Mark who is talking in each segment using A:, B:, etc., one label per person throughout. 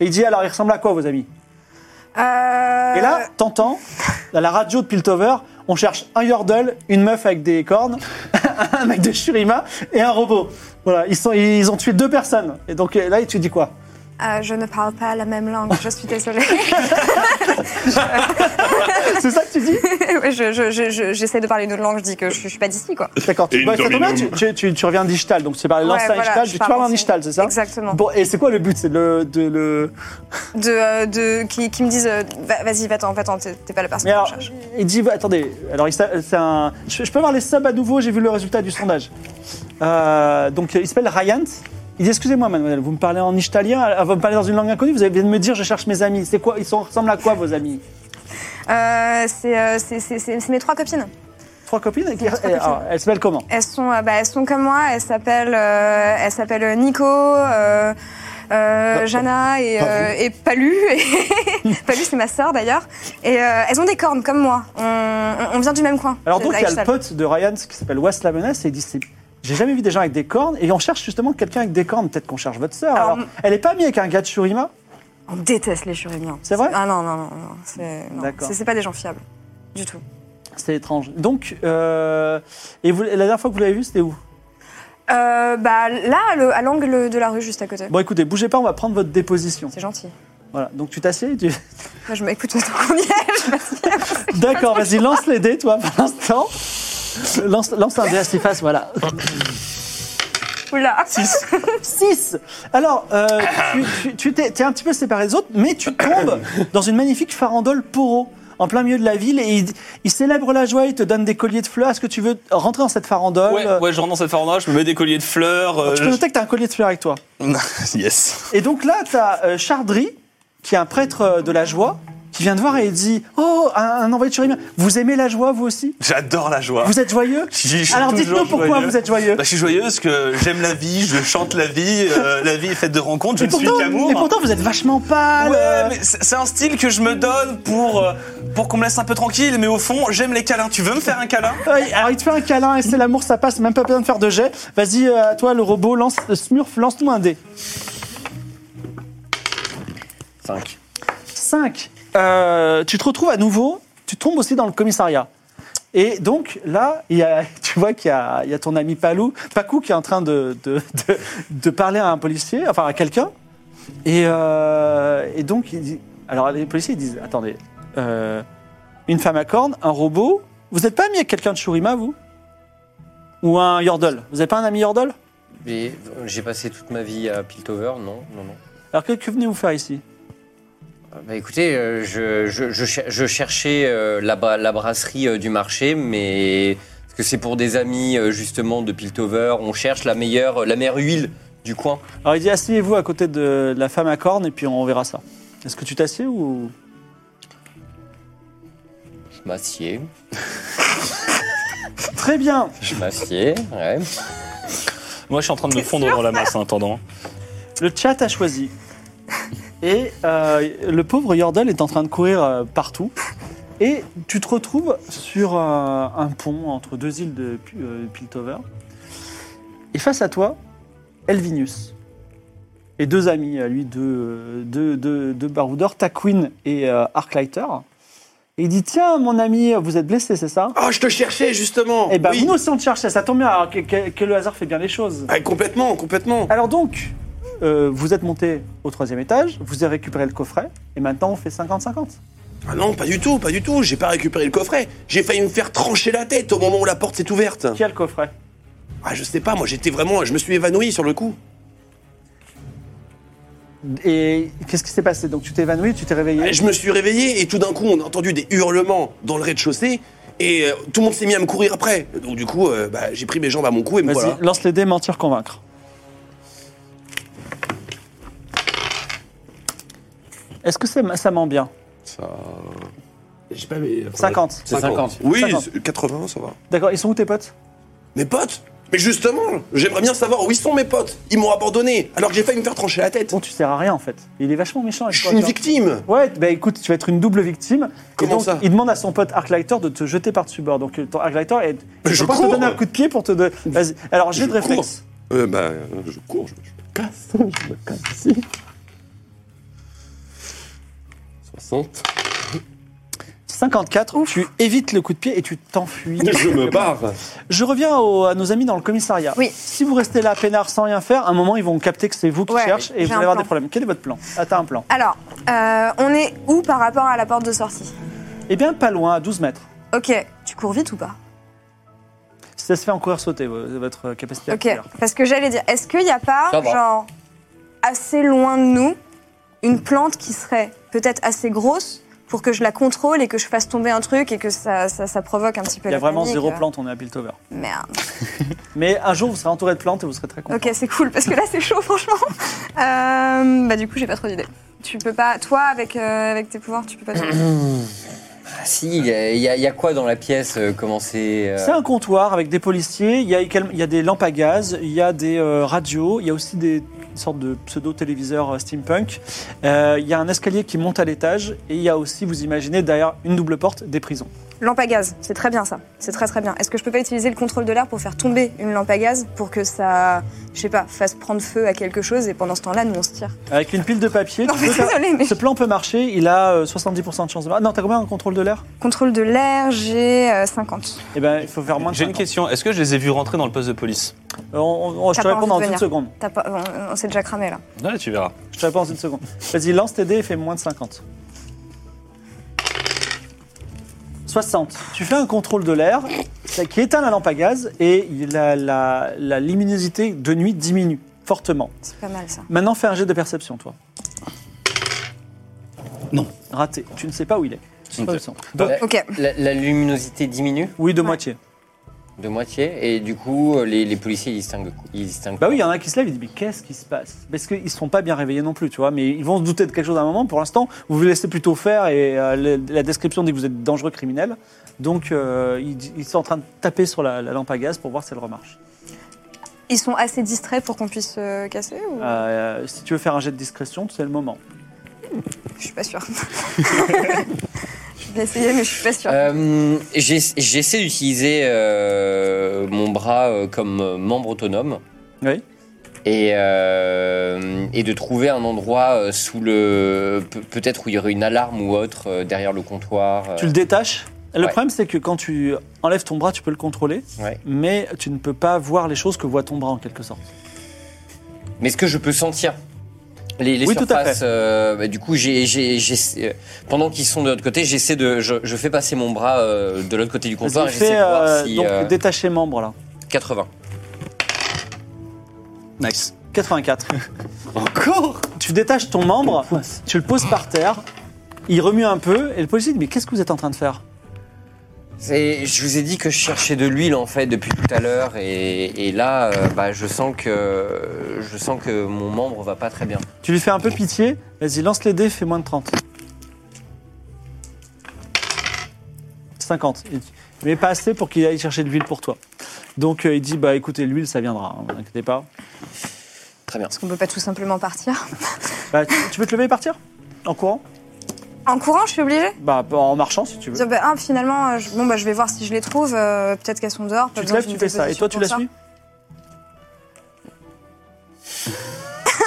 A: Et il dit alors, il ressemble à quoi, vos amis
B: Euh,
A: Et là, t'entends, à la radio de Piltover, on cherche un yordle, une meuf avec des cornes, un mec de Shurima et un robot. Voilà, ils, sont, ils ont tué deux personnes. Et donc là, tu dis quoi
B: euh, je ne parle pas la même langue, je suis désolée.
A: C'est ça que tu dis
B: Ouais, je- je- je- je- J'essaie de parler une autre langue, je dis que je, je suis pas d'ici, quoi.
A: D'accord, tu,
C: Et
A: bah,
C: une
A: ça tombe bien, tu,
C: dominum.
A: tu, tu, tu reviens en digital, donc c'est parlé
B: Ouais,
A: l'ancien
B: voilà,
A: digital,
B: je
A: tu
B: parle
A: parles en
B: ancien.
A: digital, c'est ça
B: Exactement.
A: Bon, et c'est quoi le but C'est de le, de le...
B: De, euh, de, qui, qui me disent, euh, va- vas-y, va-t'en, va-t'en, t'es t'es pas la personne
A: Mais
B: que je
A: alors,
B: cherche.
A: il dit, attendez, alors il s'a- c'est un... Je, je peux voir les subs à nouveau, j'ai vu le résultat du sondage. Euh, donc euh, il s'appelle Ryan. Il dit, excusez-moi mademoiselle, vous me parlez en italien, euh, vous me parlez dans une langue inconnue, vous avez- venez de me dire je cherche mes amis. C'est quoi Ils sont- ressemblent à quoi vos amis
B: Euh, c'est, euh, c'est- c'est c'est- c'est mes trois copines.
A: Trois copines avec-
B: C'est trois
A: eh,
B: copines.
A: alors, Elles s'appellent comment
B: Elles sont, euh, bah, elles sont comme moi, elles s'appellent, euh, elles s'appellent Nico, euh, euh,
A: Bah,
B: Jana et, euh, et Palu. Et Palu, c'est ma sœur d'ailleurs. Et euh, elles ont des cornes comme moi. On, on- on vient du même coin.
A: Alors donc il y a
B: Avec
A: le
B: ça.
A: pote de Ryan qui s'appelle Wes la menace et il dit, c'est- j'ai jamais vu des gens avec des cornes et on cherche justement quelqu'un avec des cornes, peut-être qu'on cherche votre sœur.
B: Alors,
A: Alors, elle n'est pas amie avec un gars de Shurima
B: On déteste les churimiens.
A: C'est vrai
B: Ah non, non, non, non. C'est non,
A: D'accord.
B: c'est- c'est pas des gens fiables. Du tout.
A: C'est étrange. Donc, euh, et vous- la dernière fois que vous l'avez vu, c'était où
B: Euh, bah, là, le- à l'angle de la rue, juste à côté.
A: Bon, écoutez, bougez pas, on va prendre votre déposition.
B: C'est gentil.
A: Voilà, donc tu t'assieds. et Tu...
B: Moi, je m'écoute maintenant qu'on y est. je me dis,
A: D'accord, vas-y, lance les dés, toi, pour l'instant. Lance, lance un dé à six faces, voilà.
B: Oula.
A: 6 Alors, euh, tu, tu- tu t'es, t'es un petit peu séparé des autres, mais tu tombes dans une magnifique farandole poro, en plein milieu de la ville, et ils il célèbrent la joie, ils te donnent des colliers de fleurs. Est-ce que tu veux rentrer dans cette farandole
D: Ouais, ouais, je rentre dans cette farandole, je me mets des colliers de fleurs. euh,
A: Tu peux noter que t'as un collier de fleurs avec toi.
D: je- yes.
A: Et donc là, t'as euh, Chardry, qui est un prêtre euh, de la joie, qui vient te voir et il dit Oh, un, un envoyé de Churim, vous aimez la joie, vous aussi
D: J'adore la joie.
A: Vous êtes joyeux
D: Je- je suis
A: Alors
D: toujours
A: dites-nous pourquoi
D: joyeux.
A: vous êtes joyeux.
D: Bah, je suis joyeuse parce que j'aime la vie, je chante la vie, euh, la vie est faite de rencontres, je
A: Et
D: ne suis
A: pourtant,
D: qu'amour.
A: et pourtant, euh, vous êtes vachement pâle.
D: Ouais, mais c'est c'est un style que je me donne pour, euh, pour qu'on me laisse un peu tranquille, mais au fond, j'aime les câlins. Tu veux me faire un câlin
A: Ouais, Alors il te fait un câlin et c'est l'amour, ça passe, même pas besoin de faire de jet. Vas-y, euh, à toi le robot, lance euh, Smurf, lance-nous un dé.
E: 5.
A: 5. Euh, tu te retrouves à nouveau, tu tombes aussi dans le commissariat. Et donc là, il y a- tu vois qu'il y a, il y a ton ami Palou, Pacou qui est en train de, de, de- de parler à un policier, enfin à quelqu'un. Et, euh, et donc, il dit, alors les policiers ils disent, attendez, euh, une femme à cornes, un robot, vous n'êtes pas ami avec quelqu'un de Shurima, vous Ou un Yordle Vous n'êtes pas un ami Yordle
E: Mais euh, j'ai passé toute ma vie à Piltover, non, non, non.
A: Alors que, que venez-vous faire ici
E: Euh, Bah écoutez, euh, je, je, je, cher- je cherchais euh, la, bra- la brasserie euh, du marché, mais est-ce que c'est pour des amis euh, justement de Piltover On cherche la meilleure, euh, la meilleure huile du coin.
A: Alors il dit, asseyez-vous à côté de la femme à cornes et puis on verra ça. Est-ce que tu t'assieds ou...
E: Je m'assieds,
A: Très bien.
E: je m'assieds, ouais.
C: Moi, je suis en train de me fondre dans la masse en attendant.
A: Le chat a choisi. Et euh, le pauvre Yordle est en train de courir euh, partout. Et tu te retrouves sur euh, un pont entre deux îles de P- euh, Piltover. Et face à toi, Elvinus. Et deux amis à lui, deux, euh, deux, deux, deux baroudeurs, Taquin et euh, Arclighter. Et il dit Tiens, mon ami, vous êtes blessé, c'est ça
F: Ah, je te cherchais justement.
A: Eh ben,
F: oui.
A: nous aussi on te cherchait, ça tombe bien, alors que, que- que le hasard fait bien les choses.
F: Ah, complètement, complètement.
A: Alors donc, euh, vous êtes monté au troisième étage, vous avez récupéré le coffret, et maintenant on fait 50-50.
F: Ah non, pas du tout, pas du tout. J'ai pas récupéré le coffret. J'ai failli me faire trancher la tête au moment où la porte s'est ouverte.
A: Qui a le coffret
F: Ah, je sais pas, moi j'étais vraiment. Je me suis évanoui sur le coup.
A: Et qu'est-ce qui s'est passé Donc tu t'es évanoui, tu t'es réveillé.
F: Ah, Je me suis réveillé et tout d'un coup, on a entendu des hurlements dans le rez-de-chaussée. Et euh, tout le monde s'est mis à me courir après. Donc du coup, euh, bah, j'ai pris mes jambes à mon cou et me
A: Vas-y,
F: voilà.
A: lance les dés, mentir, convaincre. Est-ce que c'est- ça ment bien
F: Ça...
G: Je sais pas, mais.
A: 50.
E: C'est 50.
F: Oui,
A: 50.
F: c'est- 80, ça va.
A: D'accord, ils sont où tes potes
F: Mes potes Mais justement, j'aimerais bien savoir où ils sont mes potes. Ils m'ont abandonné, alors que j'ai failli me faire trancher la tête.
A: Bon, tu sers à rien en fait. Il est vachement méchant avec
F: Je
A: toi.
F: suis une
A: tu vois.
F: victime.
A: Ouais, bah écoute, tu vas être une double victime.
F: Comment
A: Et donc,
F: ça
A: Il demande à son pote Arclighter de te jeter par-dessus bord. Donc euh, ton Arclighter est.
F: Mais je
A: peut pas te
F: cours.
A: donner un coup de pied pour te. de- Vas-y. Alors, j'ai
F: Je
A: de réflexe.
F: Euh, bah, euh, je cours, je, je me casse, je me casse ici. 60.
A: 54, tu évites le coup de pied et tu t'enfuis.
F: Je me barre.
A: Je reviens au- à nos amis dans le commissariat.
B: Oui.
A: Si vous restez là, peinard, sans rien faire, à un moment, ils vont capter que c'est vous qui
B: Ouais,
A: cherchez et
B: j'ai
A: vous
B: un
A: allez avoir
B: plan.
A: des problèmes. Quel est votre plan Ah, t'as un plan.
B: Alors, euh, on est où par rapport à la porte de sortie
A: Eh bien, pas loin, à 12 mètres.
B: Ok, tu cours vite ou pas
A: Ça se fait en coureur sauté, vo- votre capacité à
B: Ok,
A: courir.
B: parce que j'allais dire, est-ce qu'il n'y a pas,
E: Ça va.
B: genre, assez loin de nous, une plante qui serait peut-être assez grosse pour que je la contrôle et que je fasse tomber un truc et que ça, ça, ça provoque un petit peu
A: Il y a
B: la
A: vraiment
B: panique,
A: zéro
B: euh.
A: plante, on est à Piltover.
B: Merde.
A: Mais un jour, vous serez entouré de plantes et vous serez très content.
B: Ok, c'est cool, parce que là, c'est chaud, franchement. Euh, bah, du coup, j'ai pas trop d'idées. Tu peux pas, toi, avec, euh, avec tes pouvoirs, tu peux pas. tout-
E: Ah, si, il y, a- il y a- il y a quoi dans la pièce euh, Comment c'est. euh,
A: C'est un comptoir avec des policiers, il y, a, égal- il y a des lampes à gaz, il y a des euh, radios, il y a aussi des sortes de pseudo-téléviseurs euh, steampunk. Euh, il y a un escalier qui monte à l'étage et il y a aussi, vous imaginez, derrière une double porte, des prisons.
B: Lampe à gaz, c'est très bien ça. C'est très très bien. Est-ce que je peux pas utiliser le contrôle de l'air pour faire tomber une lampe à gaz pour que ça, je sais pas, fasse prendre feu à quelque chose et pendant ce temps-là, nous on se tire
A: Avec une pile de papier,
B: Non,
A: tu
B: mais
A: peux faire-
B: désolé, mais.
A: ce plan peut marcher, il a euh, 70% de chance de marcher. Non, t'as combien en contrôle de l'air
B: Contrôle de l'air, j'ai euh, 50.
A: Eh ben, il faut faire moins de
D: J'ai une
A: 50.
D: question. Est-ce que je les ai vus rentrer dans le poste de police
A: Euh, on- on- je
B: T'as
A: te
B: pas
A: réponds
B: envie
A: dans
B: de
A: une
B: venir.
A: seconde.
B: T'as pas- on on s'est déjà cramé là.
D: Ouais, tu verras.
A: Je te réponds dans une seconde. Vas-y, lance tes dés et fais moins de 50. 60. Tu fais un contrôle de l'air ça- qui éteint la lampe à gaz et la, la- la luminosité de nuit diminue fortement.
B: C'est pas mal ça.
A: Maintenant, fais un jet de perception, toi.
G: Non.
A: Raté. Tu ne sais pas où il est. Tu sais pas où ils sont.
E: la,
B: Ok.
E: la- la luminosité diminue
A: Oui, de moitié.
E: de moitié et du coup, euh, les, les policiers ils distinguent, ils distinguent
A: Bah
E: pas.
A: oui, il y en a qui se lèvent et disent Mais qu'est-ce qui se passe Parce qu'ils ne seront pas bien réveillés non plus, tu vois. Mais ils vont se douter de quelque chose à un moment. Pour l'instant, vous vous laissez plutôt faire et euh, le- la description dit que vous êtes dangereux criminel. Donc, euh, ils, ils sont en train de taper sur la, la lampe à gaz pour voir si elle remarche.
B: Ils sont assez distraits pour qu'on puisse se casser ou
A: Euh, si tu veux faire un jet de discrétion, c'est le moment.
B: Je suis pas sûre. je vais essayer, mais je suis pas sûre.
E: Euh, j'ai- J'essaie d'utiliser euh, mon bras euh, comme euh, membre autonome
A: Oui.
E: et, euh, et de trouver un endroit euh, sous le. pe- Peut-être où il y aurait une alarme ou autre euh, derrière le comptoir. euh.
A: Tu le détaches. Le
E: Ouais.
A: problème, c'est que quand tu enlèves ton bras, tu peux le contrôler.
E: Ouais.
A: Mais tu ne peux pas voir les choses que voit ton bras, en quelque sorte.
E: Mais est-ce que je peux sentir les, les
A: Oui, tout à
E: surfaces euh, bah, Du coup, j'ai, j'ai- j'ai- euh, pendant qu'ils sont de l'autre côté, j'essaie de, je, je fais passer mon bras euh, de l'autre côté du comptoir et
A: Vas-y, fais,
E: j'essaie de voir
A: euh,
E: si
A: donc,
E: euh,
A: détacher membre, là.
E: 80.
D: Nice.
A: 84. Encore Tu détaches ton membre, tu le poses par terre, il remue un peu, et le policier dit Mais qu'est-ce que vous êtes en train de faire
E: C'est- je vous ai dit que je cherchais de l'huile en fait depuis tout à l'heure et, et là, euh, bah, je sens que je sens que mon membre va pas très bien.
A: Tu lui fais un peu pitié, vas-y, lance les dés, fais moins de 30. 50. Il dit, Mais pas assez pour qu'il aille chercher de l'huile pour toi. Donc euh, il dit Bah écoutez, l'huile, ça viendra, hein, vous inquiétez pas.
E: Très bien.
B: Parce qu'on peut pas tout simplement partir.
A: Bah, tu, tu veux te lever et partir En courant
B: En courant, je suis obligée
A: Bah en marchant si tu veux.
B: Dire, bah, ah, finalement, euh, je, bon, bah, je vais voir si je les trouve. euh, Peut-être qu'elles sont dehors. pas
A: Tu te
B: besoin
A: lèves,
B: d'une
A: tu fais ça. Et toi, tu la
B: déposition
A: suis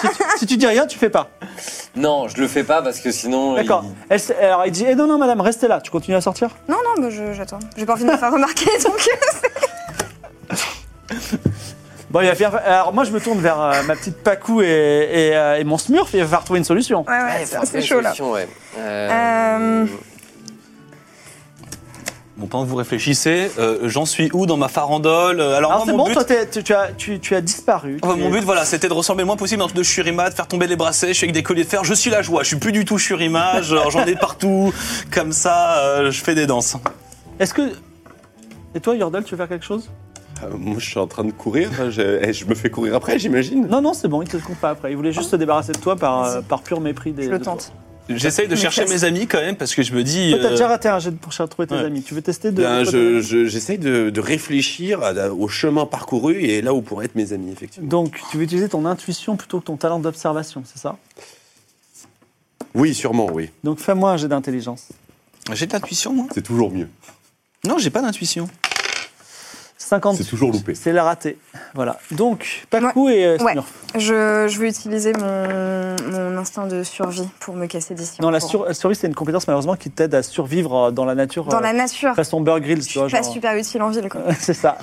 A: si, tu, si tu dis rien, tu fais pas.
E: Non, je le fais pas parce que sinon.
A: D'accord.
E: il-
A: Elle s- Alors il dit Eh Non, non, madame, restez là. Tu continues à sortir
B: pour ça. Non, non, bah, je- j'attends. J'ai pas envie de me faire remarquer, donc. euh,
A: Bon, il va faire. Alors moi, je me tourne vers euh, ma petite Pacou et, et, euh, et mon Smurf et il va falloir trouver une solution.
B: Ouais,
E: Ouais,
B: ouais,
E: faire
B: c'est- c'est
E: une
B: chaud là.
E: solution, ouais.
B: Euh,
D: Bon, pendant que vous réfléchissez, euh, j'en suis où dans ma farandole Euh,
A: Alors
D: Alors, moi,
A: Ah, c'est
D: mon
A: bon,
D: but.
A: toi, t'es- tu, tu as, tu, tu as disparu.
D: Ouais,
A: Tu
D: mon
A: es-
D: but, voilà, c'était de ressembler le moins possible à un truc de shurima, de faire tomber les bracelets, je suis avec des colliers de fer, je suis la joie, je suis plus du tout shurima, genre, j'en ai partout, comme ça, euh, je fais des danses.
A: Est-ce que. Et toi, Yordle, tu veux faire quelque chose
F: Euh, moi, je suis en train de courir. Je, eh, je me fais courir après, j'imagine.
A: Non, non, c'est bon, il te compte pas après. Il voulait juste se débarrasser de toi par, euh, par pur mépris des.
B: Je le
A: de toi.
B: tente.
D: J'essaye de
A: Mais
D: chercher
A: qu'est-ce-
D: mes amis quand même parce que je me dis.
A: Toi, t'as
D: euh,
A: déjà raté un jet pour chercher à trouver tes
D: ouais.
A: amis. Tu veux tester de. de-
F: Ben, je- je- J'essaye de, de réfléchir à- à- au chemin parcouru et là où pourraient être mes amis, effectivement.
A: Donc, tu veux utiliser ton intuition plutôt que ton talent d'observation, c'est ça
F: Oui, sûrement, oui.
A: Donc, fais-moi un jet d'intelligence.
D: J'ai de l'intuition, moi
F: C'est toujours mieux.
D: Non, j'ai pas d'intuition.
A: 50.
F: C'est toujours loupé.
A: C'est la ratée. Voilà. Donc, Paco et euh,
B: Ouais.
A: Smurf.
B: Je, je vais utiliser mon, mon instinct de survie pour me casser d'ici.
A: Non, la
B: Pour-
A: sur- la survie, c'est une compétence malheureusement qui t'aide à survivre euh, dans la nature.
B: Dans
A: euh,
B: la nature.
A: Façon Bear Grylls,
B: Je
A: tu
B: suis
A: vois.
B: pas
A: genre.
B: super utile en ville, quoi.
A: c'est ça.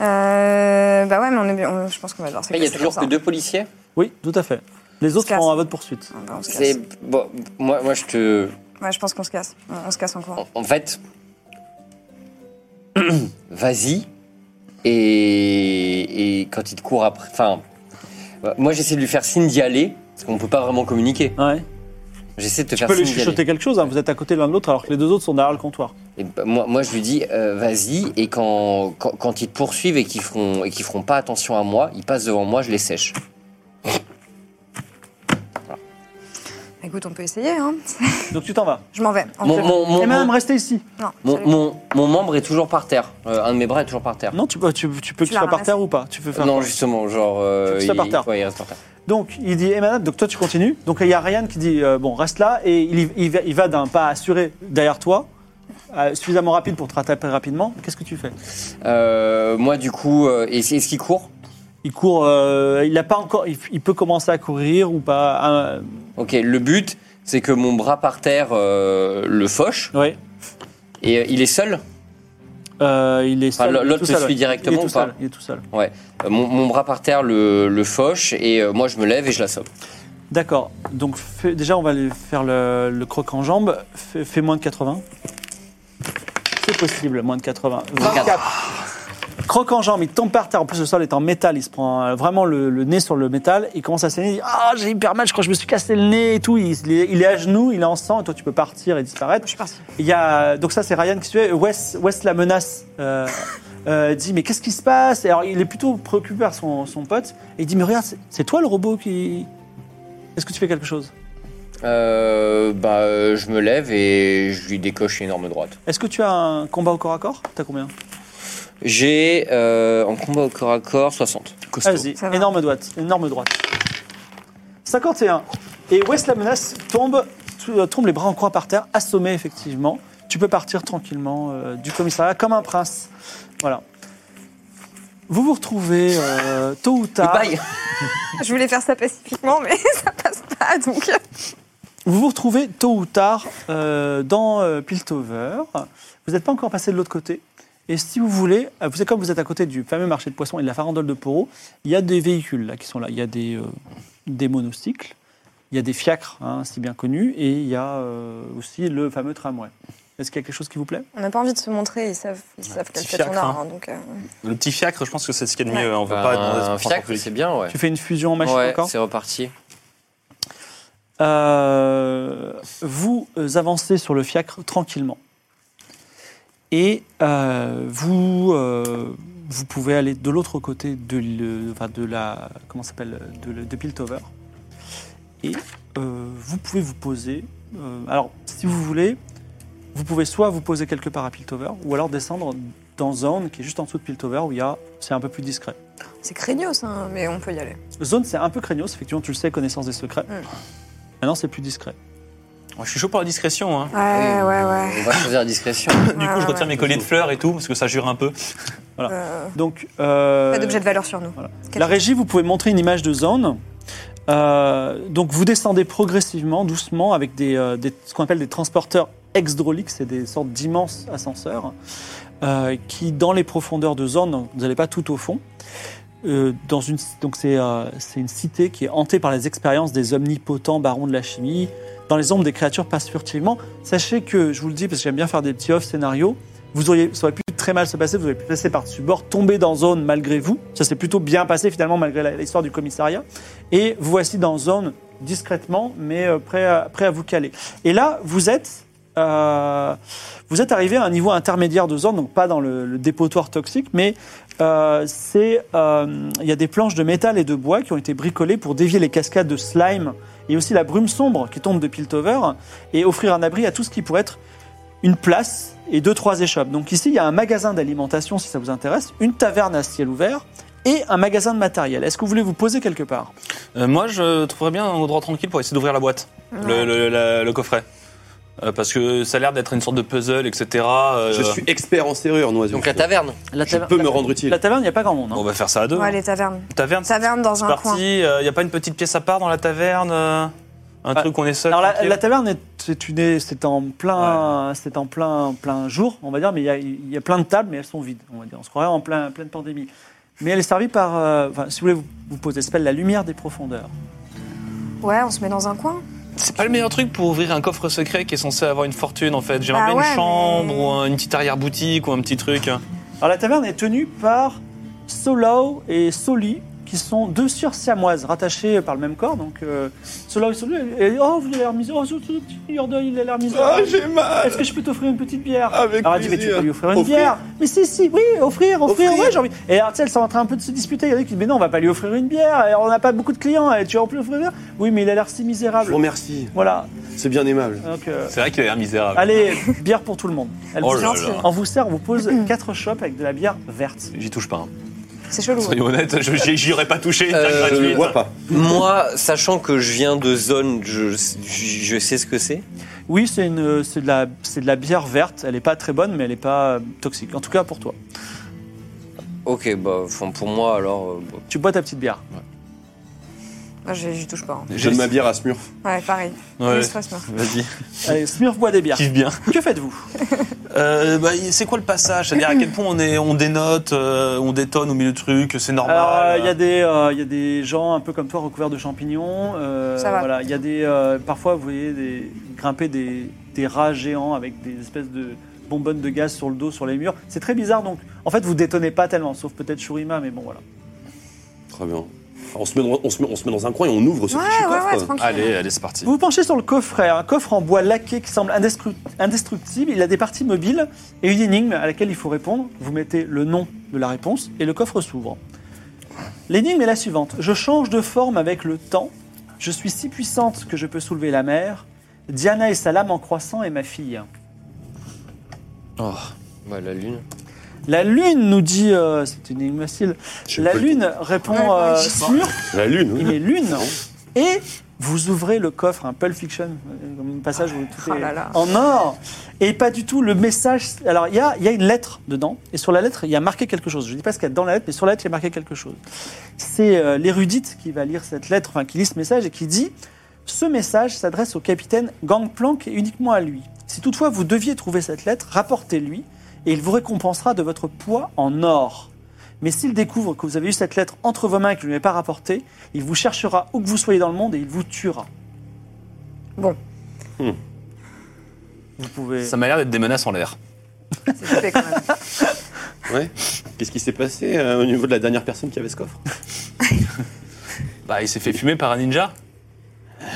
B: Euh, bah ouais, mais on est, on- je pense qu'on va devoir se
E: Après, il y a
B: casser
E: toujours
B: comme
E: que
B: ça.
E: deux policiers.
A: Oui, tout à fait. Les autres
B: se casse.
A: seront à votre poursuite.
B: Ah bah, on se casse.
E: C'est bon, moi, moi je te.
B: Ouais, je pense qu'on se casse. On, on se casse en courant.
E: En, en fait, vas-y et, et quand il te court après. Enfin, euh, moi j'essaie de lui faire signe d'y aller parce qu'on peut pas vraiment communiquer.
A: Ouais.
E: J'essaie de te
A: Tu
E: faire
A: peux lui
E: signe d'y aller.
A: chuchoter quelque chose. hein, Vous êtes à côté l'un de l'autre alors que les deux autres sont derrière le comptoir.
E: Et bah, moi, moi, je lui dis, euh, vas-y, et quand, quand, quand ils te poursuivent et qu'ils feront, et qu'ils feront pas attention à moi, ils passent devant moi, je les sèche.
B: Écoute, on peut essayer, hein.
A: Donc, tu t'en vas.
B: Je m'en vais. En
E: Oh. Mon,
B: fait.
E: mon, mon,
A: et madame,
E: mon-
A: restez ici.
B: Non,
E: mon-
B: salut.
E: mon- mon membre est toujours par terre. Euh, un de mes bras est toujours par terre.
A: Non, tu, peux- tu, tu peux
B: Tu
A: qu'il
B: la
A: soit par
B: ramasses.
A: terre ou pas. Tu peux faire.
E: non, justement, genre. euh,
A: Tu
E: il,
A: restes par terre.
E: ouais, il reste par terre.
A: Donc il dit et madame, donc toi tu continues. Donc il y a Ryan qui dit euh, bon reste là et il, y- il va, il va d'un pas assuré derrière toi, euh, suffisamment rapide pour te rattraper rapidement. Qu'est-ce que tu fais
E: Euh, moi, du coup, euh, et c'est- est-ce qu'il court
A: Il court, euh, il n'a pas encore, il, il peut commencer à courir ou pas. euh,
E: Ok, le but, c'est que mon bras par terre euh, le foche,
A: ouais.
E: et euh, il est seul.
A: Euh, il est
E: Enfin,
A: seul.
E: l'autre
A: tout
E: te
A: seul,
E: suit
A: ouais.
E: directement
A: Il est
E: ou
A: tout
E: pas
A: seul. Il est tout seul.
E: Euh, mon, mon bras par terre le, le foche, et euh, moi, je me lève et je l'assomme.
A: D'accord. Donc fais- déjà on va lui faire le, le croc en jambe. Fais, fais moins de 80. C'est possible, moins de 80. 24. Croc en jambe, il tombe par terre. En plus, le sol est en métal. Il se prend euh, vraiment le, le nez sur le métal. Il commence à saigner. Il dit Ah, j'ai hyper mal. Je crois que je me suis cassé le nez et tout. Il, il est, il est à genoux, il est en sang. Et toi, tu peux partir et disparaître.
B: Je suis partie.
A: Il y a, donc ça, c'est Ryan qui se fait. Wes, Wes la menace. euh, euh, dit mais qu'est-ce qui se passe Et Alors il est plutôt préoccupé par son, son pote et il dit mais regarde c'est- c'est toi le robot qui est-ce que tu fais quelque chose
E: Euh, bah, euh, je me lève et je lui décoche une arme droite.
A: Est-ce que tu as un combat au corps à corps T'as combien
E: J'ai euh, en combat au corps à corps 60.
A: Vas-y,
B: Ça va.
A: énorme droite, énorme droite. 51. Et Wes la menace tombe, t- euh, tombe les bras en croix par terre, assommé effectivement. Tu peux partir tranquillement euh, du commissariat comme un prince. Voilà. Vous vous retrouvez euh, tôt ou tard.
E: Bye.
B: Je voulais faire ça pacifiquement, mais ça passe pas, donc.
A: Vous vous retrouvez tôt ou tard euh, dans euh, Piltover. Vous n'êtes pas encore passé de l'autre côté. Et si vous voulez, euh, vous savez, comme vous êtes à côté du fameux marché de poissons et de la farandole de Poro, il y a des véhicules là, qui sont là. Il y a des, euh, des monocycles, il y a des fiacres, hein, si bien connus, et il y a euh, aussi le fameux tramway. Est-ce qu'il y a quelque chose qui vous plaît
B: On n'a pas envie de se montrer, ils savent, ils savent quelle
D: petit
B: fête on a,
D: fiacre, hein.
B: hein, donc. euh,
D: Le petit fiacre, je pense que c'est ce qu'il y a de
B: Ouais.
D: mieux. hein. On veut
E: Bah,
D: pas demander
E: un
D: ce qu'on
E: fiacre,
D: fait.
E: c'est bien, ouais.
A: Tu fais une fusion en machine
E: Ouais,
A: encore
E: c'est reparti.
A: Euh, vous avancez sur le fiacre tranquillement. Et euh, vous, euh, vous pouvez aller de l'autre côté de, le- enfin, de la. Comment ça s'appelle de, le- de Piltover. Et euh, vous pouvez vous poser. euh, alors, si vous voulez, vous pouvez soit vous poser quelque part à Piltover, ou alors descendre dans Zone, qui est juste en dessous de Piltover, où il y a. C'est un peu plus discret.
B: C'est craignos, hein, mais on peut y aller.
A: Zone, c'est un peu craignos, effectivement, tu le sais, connaissance des secrets.
B: Mm.
A: Maintenant, c'est plus discret.
D: Moi, je suis chaud pour la discrétion. Hein.
B: Ouais,
E: Oui.
B: ouais, ouais.
E: On va choisir la discrétion.
D: Du coup,
A: Ah
B: ouais,
D: je retire
B: ouais.
D: mes colliers de fleurs et tout parce que ça jure un peu.
B: Euh,
A: Donc, euh,
B: Pas d'objet de valeur sur nous.
A: voilà.
B: Quel-
A: la régie, vous pouvez montrer une image de zone. Euh, donc, vous descendez progressivement, doucement, avec des, euh, des- ce qu'on appelle des transporteurs exdrauliques, c'est des sortes d'immenses ascenseurs euh, qui, dans les profondeurs de zone, vous n'allez pas tout au fond. euh, dans une, donc c'est euh, c'est une cité qui est hantée par les expériences des omnipotents barons de la chimie. Dans les ombres, des créatures passent furtivement. Sachez que, je vous le dis parce que j'aime bien faire des petits off scénarios, vous auriez, ça aurait pu très mal se passer, vous auriez pu passer par-dessus bord, tomber dans zone malgré vous. Ça s'est plutôt bien passé finalement malgré la- l'histoire du commissariat. Et vous voici dans zone discrètement, mais euh, prêt à, prêt à vous caler. Et là, vous êtes, euh, vous êtes arrivé à un niveau intermédiaire de zone, donc pas dans le, le dépotoir toxique, mais euh, c'est, euh, il y a des planches de métal et de bois qui ont été bricolées pour dévier les cascades de slime Il y a aussi la brume sombre qui tombe de Piltover et offrir un abri à tout ce qui pourrait être une place et deux, trois échoppes. Donc ici, il y a un magasin d'alimentation si ça vous intéresse, une taverne à ciel ouvert et un magasin de matériel. Est-ce que vous voulez vous poser quelque part
D: Euh, moi, je trouverais bien un endroit tranquille pour essayer d'ouvrir la boîte, le, le- la- le coffret. Euh, parce que ça a l'air d'être une sorte de puzzle, etc. euh,
F: Je suis expert en serrure, Noisy.
E: Donc la taverne.
A: la
F: Je peux me bah, rendre utile.
A: La taverne, il n'y a pas grand monde. hein.
D: On va faire ça à deux.
B: Ouais, les tavernes.
D: Taverne, c'est
B: Taverne dans
D: c'est
B: un coin.
D: parti. Il n'y a pas une petite pièce à part dans la taverne euh, Un
A: Ah,
D: truc où on est seul
A: Alors la,
D: tranquille
A: la taverne, est- c'est une- c'est en plein, c'est en plein, plein jour, on va dire, mais il y a, il y a plein de tables, mais elles sont vides, on va dire. On se croirait en plein, pleine pandémie. Mais elle est servie par, euh, enfin, si vous voulez, vous, vous posez, ça s'appelle la lumière des profondeurs.
B: Ouais, on se met dans un coin.
D: C'est pas le meilleur truc pour ouvrir un coffre secret qui est censé avoir une fortune en fait. J'aimerais
B: Bah
D: bien
B: ouais,
D: une
B: mais-
D: chambre ou un- une petite arrière-boutique ou un petit truc.
A: Alors la taverne est tenue par Solao et Soli, qui sont deux sœurs siamoises rattachées par le même corps. Donc euh, Solao et Soli, et, oh vous avez l'air misérable, oh, ce ce petit Yordan, il a l'air misérable.
F: mal
A: Est-ce que je peux t'offrir une petite bière
F: Avec
A: Alors elle dit, mais tu
F: plaisir.
A: peux lui offrir une
F: Offrir.
A: bière. Mais si, si, oui, offrir, offrir,
F: Offrir.
A: ouais, j'ai envie. Et alors, tu sais, elles sont en train un peu de se disputer. Il y en a qui disent, mais non, on va pas lui offrir une bière. Et On n'a pas beaucoup de clients. Et tu vas plus offrir une bière Oui, mais il a l'air si
F: Je
A: misérable.
F: vous remercie,
A: Voilà.
F: Oh, c'est bien aimable.
A: Donc, euh,
D: C'est vrai qu'il a l'air misérable.
A: allez, bière pour tout le monde. Elle
D: Oh
A: vous-
D: là là.
A: On vous sert, on vous pose quatre chopes avec de la bière verte.
D: J'y touche pas. hein.
B: C'est chelou.
D: Soyons honnêtes, je- j'y j'y aurais pas touché.
E: Euh,
D: c'est
F: Je
D: gratuit.
F: ne vois pas.
E: Moi, sachant que je viens de zone, je, je- je sais ce que c'est.
A: Oui, c'est une, c'est de la, c'est de la bière verte. Elle est pas très bonne, mais elle est pas euh, toxique. En tout cas pour toi.
E: Ok, bah, enfin, pour moi, alors. euh, bah,
A: Tu bois ta petite bière.
B: Moi, je j'y touche pas. hein.
F: Je donne ma bière à Smurf.
B: Ouais, pareil.
D: Ouais,
B: Laisse-toi se meurtre.
D: vas-y.
A: Allez, Smurf boit des bières.
D: Kiffe bien.
A: Que faites-vous
D: Euh, bah, c'est quoi le passage C'est-à-dire à quel point on, est, on dénote, euh, on détonne au milieu du truc, c'est
H: Oh, bah,
D: normal.
A: Alors, il y a des, euh, il y a des gens un peu comme toi recouverts de champignons. euh,
B: Ça va.
A: Voilà, il y a des, euh, parfois vous voyez des, grimper des, des rats géants avec des espèces de bonbonnes de gaz sur le dos, sur les murs. C'est très bizarre. Donc, en fait, vous détonnez pas tellement, sauf peut-être Shurima, mais bon voilà.
F: Très bien. On se, met dans, on, se met, on se met dans un coin et on ouvre ce
B: Ouais,
F: fichu
B: ouais, ouais,
F: coffre.
B: tranquille. hein.
D: Allez, allez, c'est parti.
A: Vous vous penchez sur le coffret, un coffre en bois laqué qui semble indestru- indestructible. Il a des parties mobiles et une énigme à laquelle il faut répondre. Vous mettez le nom de la réponse et le coffre s'ouvre. L'énigme est la suivante. Je change de forme avec le temps. Je suis si puissante que je peux soulever la mer. Diana et sa lame en croissant est ma fille.
F: Oh,
E: bah, la lune.
A: La lune nous dit... euh, C'est une énigme facile.
F: Je
A: La
F: peux le-
A: lune répond
B: Ouais, ouais,
A: euh,
B: je sais.
A: Smurf.
F: La lune.
A: Il
F: oui.
A: est lune. Et vous ouvrez le coffre, un Pulp Fiction, euh, comme un passage où tout
B: Oh
A: est
B: là là.
A: en or. Et pas du tout le message. Alors, il y a, il y a une lettre dedans. Et sur la lettre, il y a marqué quelque chose. Je ne dis pas ce qu'il y a dans la lettre, mais sur la lettre, il y a marqué quelque chose. C'est euh, l'érudite qui va lire cette lettre, enfin, qui lit ce message et qui dit Ce message s'adresse au capitaine Gangplank et uniquement à lui. Si toutefois vous deviez trouver cette lettre, rapportez-lui et il vous récompensera de votre poids en or. Mais s'il découvre que vous avez eu cette lettre entre vos mains et que vous ne l'avez pas rapportée, il vous cherchera où que vous soyez dans le monde et il vous tuera.
B: Bon,
A: Vous pouvez.
D: Ça m'a l'air d'être des menaces en l'air.
B: c'est coupé quand même.
F: Ouais. Qu'est-ce qui s'est passé euh, au niveau de la dernière personne qui avait ce coffre
D: Bah, il s'est fait fumer par un ninja.